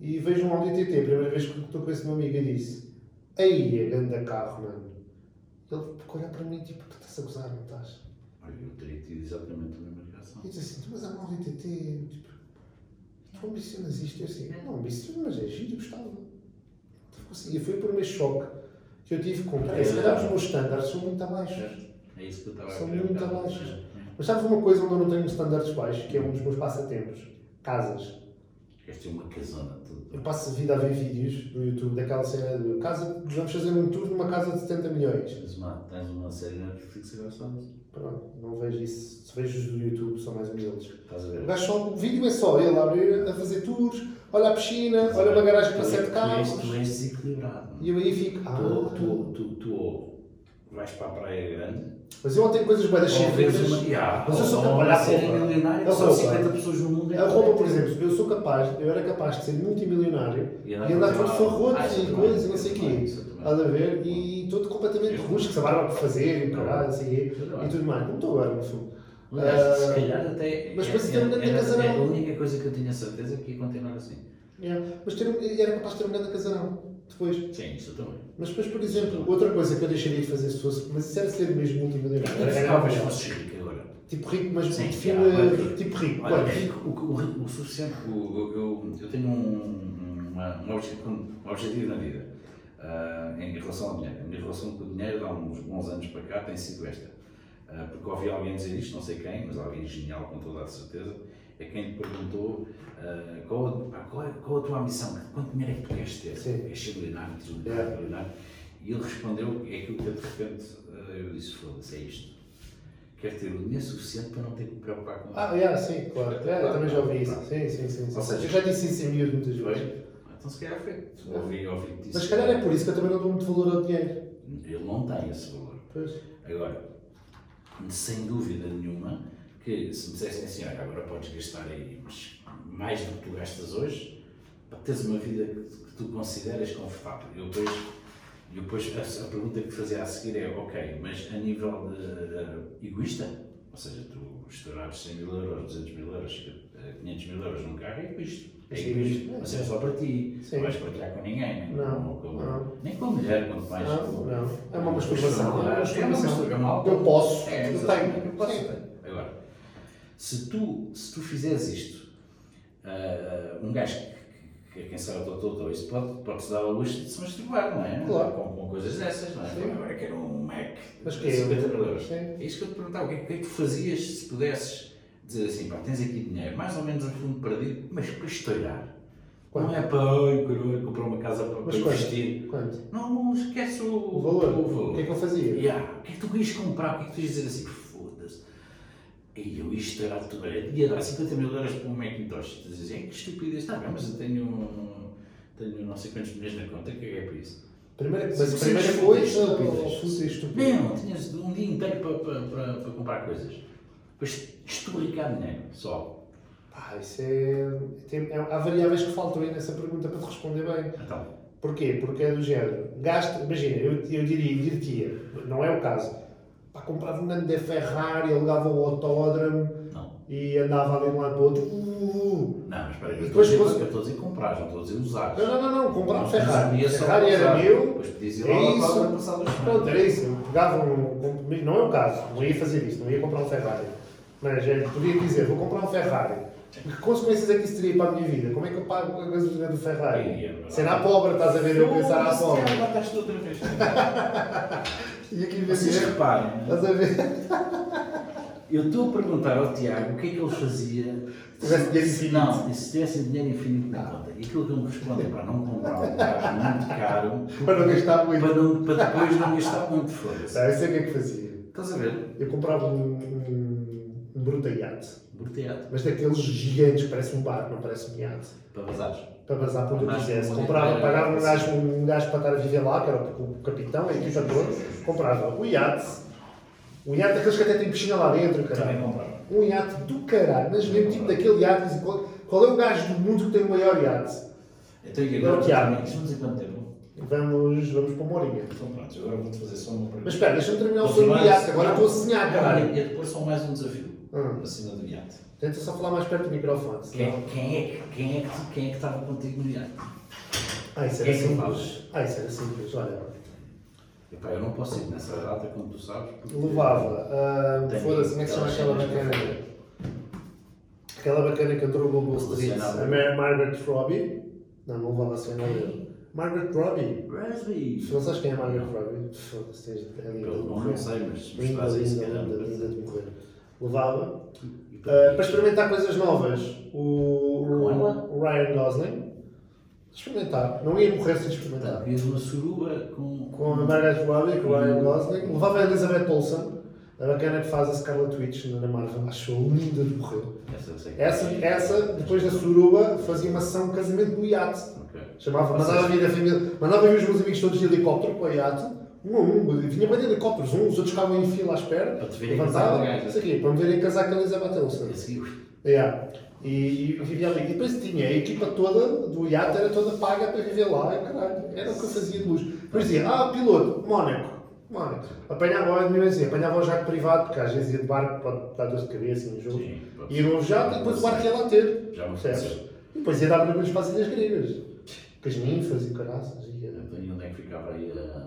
S1: E vejo um Audi TT, a primeira vez que estou com esse meu amigo, e disse: Aí, é grande carro, mano. Ele ficou a olhar para mim, tipo, tu estás a gozar, não estás?
S2: Olha, eu teria tido exatamente a mesma reação.
S1: E disse assim: Tu, mas é um Audi TT, tipo, tu ambicionas isto? Eu assim: Não, ambiciono, mas é giro, eu gostava. Então, ficou assim. E foi o primeiro choque que eu tive com. É, se calhar os meus estándares são muito abaixo.
S2: É isso que eu estava a É.
S1: São
S2: ver,
S1: muito
S2: estava a
S1: abaixos.
S2: dizer.
S1: Mas sabes uma coisa onde eu não tenho estándares baixos, que é um dos meus passatempos? Casas.
S2: Queres ter é uma casona toda.
S1: Eu passo a vida a ver vídeos do YouTube daquela cena de casa, vamos fazer um tour numa casa de 70 milhões.
S2: Tens uma, tens uma série na Netflix agora só disso.
S1: Pronto, não vejo isso. Se vejo os do YouTube, são mais humildes.
S2: Estás a
S1: O
S2: ver?
S1: gajo só, o vídeo é só ele a abrir, a fazer tours, olha a piscina, olha uma garagem para
S2: Tu és-
S1: sete
S2: tu és- Tu
S1: carros.
S2: és desequilibrado. é?
S1: E eu aí fico,
S2: Tu,
S1: ah,
S2: tu, tu, tu ou vais para a Praia Grande,
S1: mas eu ontem coisas bem das
S2: ou vês uma.
S1: chifres.
S2: Yeah,
S1: Mas eu sou
S2: ou-
S1: capaz-
S2: ou
S1: olha a
S2: uma série
S1: roupa.
S2: milionária,
S1: A
S2: só
S1: roupa.
S2: 50 pessoas no mundo. é
S1: A roupa, por
S2: correta.
S1: exemplo, eu sou capaz, eu era capaz de ser multimilionário
S2: E
S1: e um
S2: andar
S1: andar
S2: com
S1: todo
S2: aquela-
S1: farroto
S2: Ah, isso
S1: e
S2: também,
S1: coisas e não
S2: isso
S1: sei o
S2: também,
S1: quê.
S2: isso também.
S1: Estás a ver? E todo completamente
S2: Eu-
S1: rusco, se a barba para fazer e caralho, não sei o quê.
S2: Eu não.
S1: E tudo mais. Não estou agora, no fundo.
S2: Aliás,
S1: Ah,
S2: se calhar até.
S1: mas
S2: é-
S1: para se ter um grande
S2: é- era-
S1: casarão.
S2: é A única coisa que eu tinha certeza que ia continuar assim.
S1: É, Mas ter um- era capaz de ter um grande casarão depois.
S2: Sim, isso eu também.
S1: Mas depois, por exemplo, outra coisa que eu deixaria de fazer se fosse, mas isso era ser mesmo multimilionário, era ganhar
S2: Talvez
S1: milhões.
S2: fosses rico agora.
S1: Tipo rico, mas
S2: Sim,
S1: define
S2: já, olha,
S1: tipo rico.
S2: Olha,
S1: Olha,
S2: rico, o, o, o suficiente. o- o- eu, eu tenho um, uma- um, objetivo, um objetivo na vida ah, em relação ao dinheiro. A minha relação com o dinheiro, há uns bons anos para cá, tem sido esta. Ah, porque ouvi alguém dizer isto, não sei quem, mas alguém genial com toda a certeza, é quem te perguntou ah, qual, a- pá, qual, é- qual a tua ambição, quanto dinheiro é que tu queres ter?
S1: Sim.
S2: Queres ser milionário, trilionário,
S1: Yeah.
S2: bilionário? E ele respondeu, é aquilo que eu de repente ah, eu disse, foda-se, é isto. Quero ter o dinheiro suficiente para não ter que me preocupar com
S1: ah, yeah, sim, claro. É, eu também já ouvi isso. Sim, sim, sim. sim.
S2: Ou seja,
S1: eu já disse isso em miúdo muitas
S2: Pois.
S1: vezes.
S2: Então se calhar foi. Ouvi, ouvi que disse.
S1: Mas se calhar é por isso que eu também não dou muito valor ao dinheiro.
S2: Ele não tem esse valor.
S1: Pois.
S2: Agora, sem dúvida nenhuma, que se me dissessem assim, olha, agora podes gastar aí mas mais do que tu gastas hoje, para teres uma vida que, que tu consideras confortável. Eu depois, eu depois a, a pergunta que te fazia a seguir é, ok, mas a nível de, de, egoísta, ou seja, tu estourares 100 mil euros, 200 mil euros, eh, 500 mil euros num carro, é egoísta. É
S1: Sim,
S2: egoísta,
S1: é.
S2: mas é só para ti,
S1: Sim.
S2: não vais partilhar com ninguém, nem,
S1: Não,
S2: com,
S1: não.
S2: nem com a mulher, quanto mais
S1: Não,
S2: com-
S1: não. É uma masturbação. É uma
S2: é uma
S1: masturbação.
S2: masturbação.
S1: Eu posso,
S2: É,
S1: eu
S2: exatamente,
S1: tenho.
S2: eu posso,
S1: Sim.
S2: tenho. Agora, se tu, se tu fizeres isto, ah, um gajo que- que, que quem sabe o doutor ou isso, pode, pode-se dar a luxo de se masturbar, não é?
S1: Claro.
S2: Com, com coisas dessas, não é?
S1: Sim.
S2: Agora quero um Mac
S1: Mas que
S2: de
S1: é?
S2: 50 mil euros.
S1: Sim.
S2: É isso que eu te perguntava, o que é, o que é que tu fazias se pudesses dizer assim, pá, tens aqui dinheiro, mais ou menos a fundo perdido, mas para estourar.
S1: Quanto?
S2: Não é para, ai, caralho, comprar uma casa para, para
S1: Mas quanto?
S2: investir.
S1: Quanto?
S2: Não, esquece o,
S1: O valor?
S2: o
S1: O que é que eu fazia?
S2: Yeah. O que é que tu querias comprar? O que é que tu ias dizer assim? Foda-se. E eu isto era tudo. Olha, ia dar 50 mil euros para um Macintosh. Tu dizes, é que estupidez. Está bem, mas eu tenho, tenho não sei quantos milhões na conta. O que é que é para isso?
S1: Primeiro, é mas
S2: Sim,
S1: a primeira
S2: sim,
S1: coisa,
S2: estúpidas.
S1: ou fúteis estúpidas.
S2: Não, tinhas um dia inteiro para, para, para, para comprar coisas. Depois esturricar dinheiro só.
S1: Pá, isso é, tem- é- Há variáveis que faltam aí nessa pergunta para te responder bem.
S2: Então,
S1: Porquê? Porque é do género. Gasta, imagina, eu, eu diria, diria, não é o caso. Pá, comprava um grande Ferrari, alugava o autódromo
S2: não.
S1: e andava ali de um lado para o outro. Uh,
S2: Não, mas espera aí, eu estou a
S1: Depois
S2: dizer-
S1: fosse-
S2: eu estou a dizer comprar, não estou a dizer usar.
S1: não, não, não, não, comprava um Ferrari.
S2: Podia só
S1: Ferrari era
S2: usar.
S1: meu,
S2: Depois podias ir
S1: é
S2: lá
S1: isso.
S2: para passar dos
S1: Pronto, era isso. Eu pegava um. um- Não é o caso, não ia fazer isso, não ia comprar um Ferrari. Mas eh, podia dizer, vou comprar um Ferrari. Que consequências é que isso teria para a minha vida? Como é que eu pago a gasolina do Ferrari?
S2: Aí, é
S1: Será pobre, estás a ver? Eu pensar à pobre.
S2: Já mataste outra vez.
S1: E aqui
S2: Vocês
S1: vender.
S2: reparem,
S1: Estás a ver?
S2: eu estou a perguntar ao Tiago o que é que ele fazia se
S1: Tivesse dinheiro
S2: se-
S1: infinito.
S2: Não, se tivesse dinheiro infinito na conta. E aquilo que ele me responde é para não comprar um carro muito caro
S1: Para não gastar muito.
S2: para, não- para depois não gastar muito, foda-se.
S1: Sabe, eu sei o que é que fazia.
S2: Estás a ver?
S1: Eu comprava um, um, um brutaiate,
S2: Borteado.
S1: mas daqueles gigantes, parece um barco, não parece um iate.
S2: Para vazares.
S1: para vazar para onde eu
S2: Mas
S1: quisesse.
S2: não
S1: Comprava,
S2: era-
S1: pagava
S3: é
S1: um gajo,
S3: assim.
S1: um gajo para estar a viver lá, que era o o capitão, a equipa toda. Comprava o iate, um iate daqueles que até tem piscina lá dentro,
S2: Também
S1: caralho.
S2: comprava.
S1: Um iate do caralho, mas mesmo tipo daquele iate. assim, Qual, qual é o gajo do mundo que tem o maior iate?
S3: Então, e
S1: Não, Tiago.
S3: agora, vamos dizer quanto tempo?
S1: Vamos, vamos para uma horinha.
S3: Então, pronto, agora vou-te fazer só uma pergunta.
S1: Mas espera, deixa-me terminar o
S3: Vamos um
S1: sonho do
S3: lá.
S1: iate, agora estou a sonhar, caralho.
S3: E depois só mais um desafio,
S1: Hum,
S3: acima do iate.
S1: tenta só falar mais perto do microfone. senão-
S3: Quem, quem, é, que- quem, é que, tu- quem é que estava contigo no iate?
S1: Ah, isso
S3: Quem
S1: era
S3: é que
S1: simples.
S3: falas?
S1: Ah, isso era simples, olha.
S2: Epá, eu não posso ir nessa data, como tu sabes. porque-
S1: Levava. ah,
S2: Tem
S1: Foda-se, como é que se chama aquela
S2: aquelas
S1: bacana? Aquela bacana que entrou no Google Street.
S2: Luciana
S1: A Mar- Margaret Robbie. Não, não levava a cena dele. Margaret Robbie.
S2: Raspberry.
S1: Se não sabes quem é Margaret Robbie, foda-se, tens de é linda de
S2: Pelo nome
S1: morrer.
S2: não sei, mas se me
S1: Linda,
S2: fazem isso,
S1: linda,
S2: calhar. é.
S1: linda,
S2: não
S1: linda
S2: sei.
S1: de morrer. Levava. ah,
S2: E para-
S1: para experimentar coisas novas, o,
S2: Com ela?
S1: o Ryan Gosling. Experimentar. Não ia morrer sem experimentar.
S2: Vias uma suruba com.
S1: com a Margaret Robbie, com o Ryan Gosling, levava a Elizabeth Olsen, a bacana que faz a Scarlet Witch na Marvel, achou linda de morrer.
S2: Essa eu sei que-
S1: Essa, essa, depois da suruba, fazia uma sessão de casamento no iate.
S2: Ok.
S1: Chamava, mandava vir a família, mandava vir os meus amigos todos de helicóptero para o iate, um a um, vinha bem de helicópteros, um, os outros ficavam em fila à espera,
S2: Para te verem casar
S1: levantava,
S2: com a gaja.
S1: isso aqui, para me verem casar com a Elizabeth Olsen.
S2: A seguir, ui,
S1: Yeah. É. E, e vivia ali. E depois tinha a equipa toda do iate, era toda paga para viver lá. E, caralho, era o que eu fazia de luz. Depois dizia, ah, piloto, Mónaco. Mónaco. Apanhava, olha, não ia dizer, apanhava o jato privado, porque às vezes ia de barco, pode dar dor de cabeça no jogo.
S2: Sim, pode
S1: Ia no jato e depois o barco ia lá ter.
S2: já me
S1: Percebes?
S2: aconteceu.
S1: E depois ia dar mergulhos para as Ilhas Gregas. Com as ninfas e caraças. E era
S2: Então, e onde é que ficava aí a.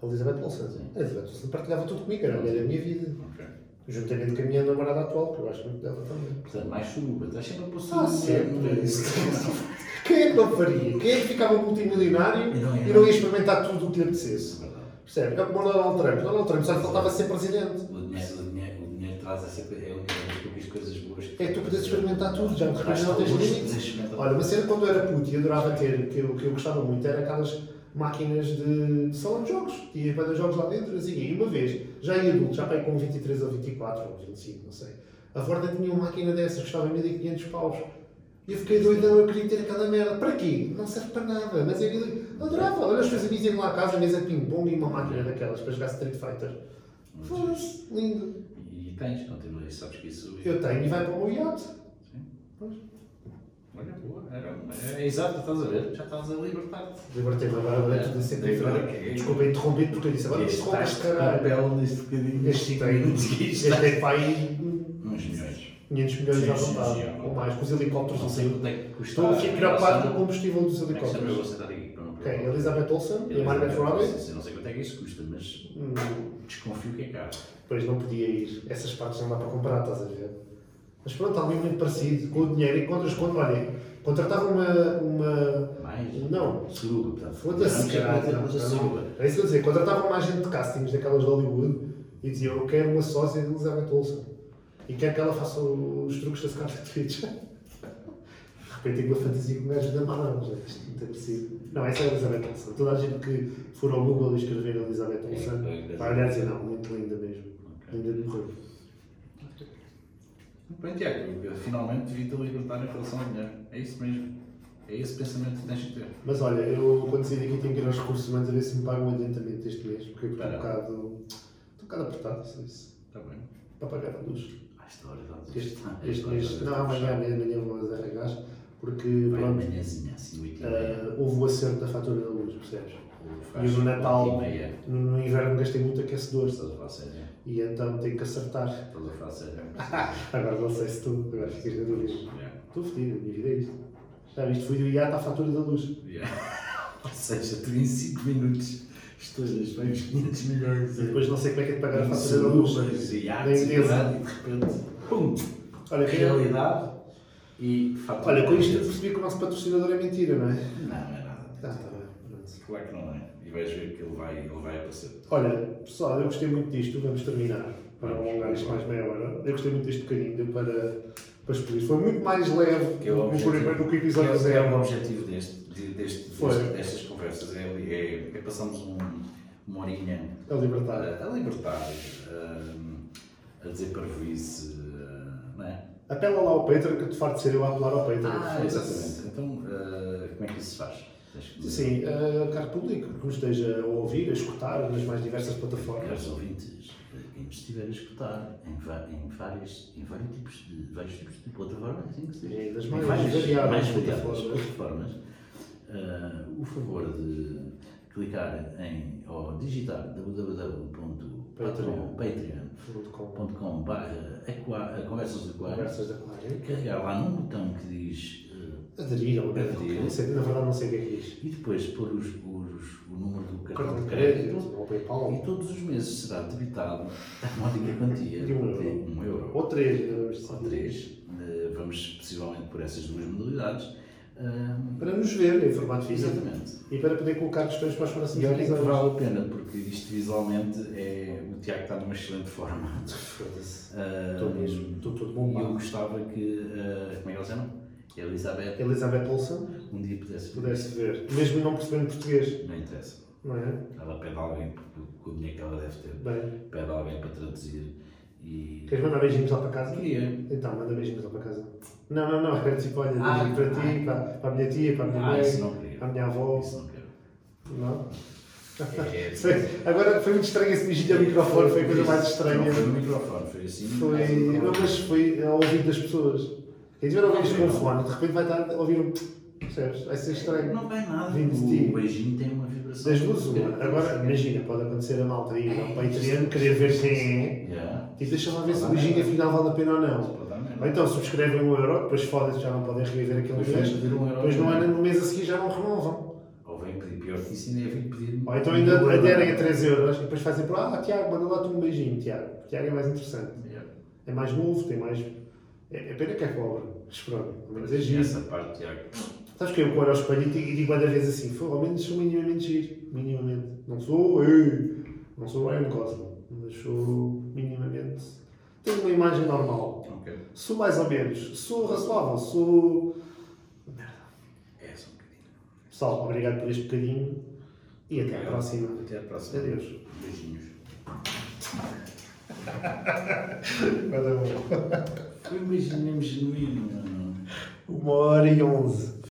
S1: a Elizabeth Olsen.
S2: Sim.
S1: A Elizabeth Olsen partilhava tudo comigo, era era a minha vida.
S2: Ok.
S1: Juntamente com a minha namorada atual, que eu gosto muito dela também.
S2: Portanto, mais suruba. Estás sempre a pôr
S1: Ah,
S2: suruba. é?
S1: sempre. Quem é que não faria? Quem é que ficava multimilionário
S2: E não ia.
S1: e não ia experimentar tudo o que lhe apetecesse?
S2: Verdade.
S1: Percebe? É como o Donald Trump. Donald Trump só lhe faltava ser presidente.
S2: O dinheiro, o dinheiro, o dinheiro traz essa coisa. É uma das poucas coisas boas.
S1: É que tu podes experimentar tudo, já me
S2: Traz-te
S1: não tens
S2: o gosto
S1: limites.
S2: de experimentar.
S1: Olha, uma cena quando eu era puto e adorava ter, que eu, que eu gostava muito, era aquelas máquinas de de salão de jogos. Tinha para dar jogos lá dentro, assim, e uma vez, já em adulto, já para aí com um 23 ou 24 ou 25, não sei, a Ford tinha uma máquina dessas que custava 1500 paus. E eu fiquei doidão, eu queria ter aquela merda. Para quê? Não serve para nada. Mas eu eu adorava. Olha, os meus amigos iam lá a casa, mesa ping-pong e uma máquina daquelas para jogar Street Fighter.
S2: Hum.
S1: é- Foda-se, lindo.
S2: E tens, continuas, sabes que isso.
S1: Eu tenho e vai para o meu iate.
S2: Olha, boa, era, é, é exato, estás a ver? Já estás a libertar-te.
S1: Libertei-me agora durante toda a
S2: Agora
S1: segunda-feira.
S2: que- é.
S1: Desculpa interromper porque eu disse agora
S2: Este
S1: interrompes,
S2: está-te com
S1: caralho.
S2: pele neste bocadinho.
S1: Este
S2: cinco
S1: tem-
S2: minutos que isto
S1: Este
S2: está-
S1: é para aí hum,
S2: Uns milhões.
S1: 500 milhões
S2: Sim,
S1: à
S2: sim,
S1: vontade.
S2: sim,
S1: Ou mais, com os helicópteros
S2: Não
S1: não
S2: sei
S1: sei.
S2: quanto é que custa.
S1: Estou aqui
S2: a
S1: preocupado com o
S2: migração.
S1: combustível dos
S2: Como é que se chama? Eu vou
S1: helicópteros.
S2: sentar aqui para não
S1: Quem?
S2: perder.
S1: Elizabeth Olsen e a
S2: Elizabeth
S1: Margaret Robbie.
S2: Olsen, Eu não sei quanto é que isto custa, mas
S1: Hum,
S2: desconfio que é caro.
S1: Pois não podia ir. Essas partes não dá para comprar, estás a ver? Mas pronto, algo muito parecido. Com o dinheiro e contas quando olha, contratava uma. uma...
S2: Mais?
S1: Não.
S2: Suruba, portanto.
S1: Foda-se, é
S2: Não quero
S1: caralho.
S2: dizer,
S1: não,
S2: mas a
S1: não,
S2: suruba.
S1: não. É isso que eu dizer. Contratava uma agente de castings daquelas de Hollywood e dizia: Eu quero uma sócia de Elizabeth Olsen. E quero que ela faça os truques da Scarlett Witch. De repente tenho uma fantasia com gajos da Marvel, já é isto não tem parecido. Não, essa é a Elizabeth Olsen. Toda a gente que for ao Google e escrever Elizabeth Olsen vai olhar e dizer: Não, muito linda mesmo.
S2: É, Ok.
S1: Linda de morrer.
S2: Bem, Tiago, eu finalmente devia te libertar em relação ao dinheiro. É isso mesmo. É esse pensamento que tens que ter.
S1: Mas olha, eu quando sair daqui tenho que ir aos recursos humanos a ver se me pagam um adiantamento este mês, porque eu estou um
S2: Espera.
S1: bocado. Estou um bocado apertado, só isso.
S2: Está Tá bem.
S1: Para pagar a luz.
S2: Ah, esta hora está
S1: Este,
S2: é
S1: este mês. Não, amanhã, amanhã, amanhã vou aos RHs, porque
S2: Vai
S1: pronto,
S2: amanhãzinha, assim, oito e meia.
S1: eh, houve o acerto da fatura da luz, percebes?
S2: Ou
S1: e
S2: faz
S1: no Natal,
S2: oito e meia.
S1: no, no inverno, gastei muito aquecedor,
S2: Estás a falar sério?
S1: e então tenho que acertar.
S2: né? Estás a falar sério?
S1: Agora não sei se tu, agora ficas na dúvida.
S2: Yeah.
S1: Estou fodido, a minha vida é isto. Já viste, fui do IAT à fatura da luz.
S2: Yeah. Ou seja, tu em 5 minutos estudas bem os 500 milhões.
S1: E depois não sei como é que é de pagar a
S2: Em
S1: fatura da luz.
S2: surubas e
S1: Da
S2: artes e
S1: empresa.
S2: caralho, é? e de repente, pum,
S1: Olha, quem-
S2: realidade e fatura.
S1: Olha, com isto eu percebi que o nosso patrocinador é mentira, não é?
S2: Não, não é nada.
S1: Tá, tá bem. pronto.
S2: Claro que não é. E vais ver que ele vai, ele vai aparecer.
S1: Olha, pessoal, eu gostei muito disto, vamos terminar para alongar isto mais meia hora. Eu gostei muito deste bocadinho deu para, para expelir. Foi muito mais leve
S2: Que é
S1: do
S2: o
S1: que o primeiro- Um do que o
S2: que
S1: episódio
S2: é- que é o
S1: zero.
S2: objetivo deste, de- deste,
S1: Foi.
S2: deste- destas conversas. É, é, é passarmos um, uma horinha
S1: É libertar.
S2: a, a libertar, ah, a, a dizer parvoíce, a- não é?
S1: Apela lá ao Patreon, que eu te farto de ser eu a apelar ao Patreon.
S2: Ah,
S1: Foda-se.
S2: exatamente. Então, eh, como é que isso se faz? Tens que dizer.
S1: Sim, eh, caro público, que nos esteja a ouvir, a escutar nas mais diversas plataformas.
S2: Caros ouvintes, eh, quem nos estiver a escutar em, va- em várias, em vários, tipos de, vários tipos de plataformas, assim que se diz.
S1: E das
S2: Em
S1: mais
S2: várias-
S1: variadas
S2: mais variadas
S1: plataformas.
S2: plataformas, eh, o favor de clicar em ou digitar
S1: Patreon.
S2: www.patreon.com.br
S1: .com.
S2: aqua- eh, conversas do Aquário,
S1: Conversas da Aquário.
S2: carregar lá num botão que diz eh,
S1: Aderir ao
S2: Aderir.
S1: Patreon. Na verdade, não sei o que é que diz.
S2: e depois pôr os, os- o número do cartão
S1: Cartão
S2: de
S1: de
S2: crédito
S1: crédito, ou PayPal.
S2: e todos os meses será debitado a módica quantia
S1: De um
S2: de
S1: euro.
S2: um euro
S1: Ou três, vamos
S2: ou
S1: dizer.
S2: 3. Vamos possivelmente por essas duas modalidades. Ah,
S1: Para nos ver em formato físico
S2: Exatamente.
S1: e para poder colocar questões para os próximos
S2: E olha que
S1: episódios.
S2: vale a pena, porque isto visualmente é. O Tiago está numa excelente forma.
S1: Foda-se.
S2: Ah,
S1: Estou mesmo, estou todo
S2: E eu
S1: bombado.
S2: gostava que. ah, como é que ela se chama? Elizabeth,
S1: Elizabeth Olsen,
S2: um dia pudesse.
S1: se pudesse ver, mesmo não percebendo português,
S2: Não interessa.
S1: não é?
S2: Ela pede a alguém, com o dinheiro que ela deve ter,
S1: Bem,
S2: pede a alguém para traduzir. E.
S1: queres mandar beijinhos lá para casa?
S2: Queria.
S1: Então, manda beijinhos lá para casa. Não, não, não, era tipo, olha,
S2: Ah,
S1: beijinho para ti, para, para a minha tia, para a minha
S2: Ah, isso
S1: mãe,
S2: não queria.
S1: para a minha avó,
S2: Isso não quero.
S1: não?
S2: É,
S1: Sei, Agora foi muito estranho esse beijinho ao microfone, foi a coisa mais estranha.
S2: Não foi no microfone, foi assim.
S1: Foi, não, É, mas foi ao ouvido das pessoas. Quem tiver ouvido isto com fone, de repente vai estar a ouvir um. Percebes? Vai ser estranho.
S2: Não vai nada.
S1: Vim de ti.
S2: O beijinho tem uma vibração.
S1: Das duas, uma. Agora, imagina, pode acontecer a malta ir ao Patreon, querer ver quem é,
S2: Já.
S1: e deixa lá ver se o beijinho afinal vale a pena ou não. Ou então subscrevem um euro, depois fodem-se, já não podem reviver aquele mês. Depois no ano, no mês a seguir já não renovam.
S2: Ou vem pedir pior que isso, ainda é vir pedir.
S1: Ou então ainda aderem a 3 euros e depois fazem por ah, Tiago, manda lá-te um beijinho, Tiago. Tiago é mais interessante. É mais novo, tem mais. É é pena que é pobre, mas pronto, ao menos é giro.
S2: Essa parte, Tiago.
S1: Sabes que eu olho ao espelho e digo- e digo cada vez assim, foi ao menos sou minimamente giro, minimamente. Não sou eu, não sou Ryan Gosling, mas sou minimamente. Tenho uma imagem normal.
S2: Ok.
S1: Sou mais ou menos, sou razoável, sou.
S2: É só um bocadinho.
S1: Pessoal, obrigado por este bocadinho e até à
S2: Ok.
S1: próxima.
S2: Até à próxima.
S1: Adeus.
S2: Beijinhos.
S1: Valeu.
S2: Foi um beijinho mesmo genuíno, mano.
S1: Uma hora e onze.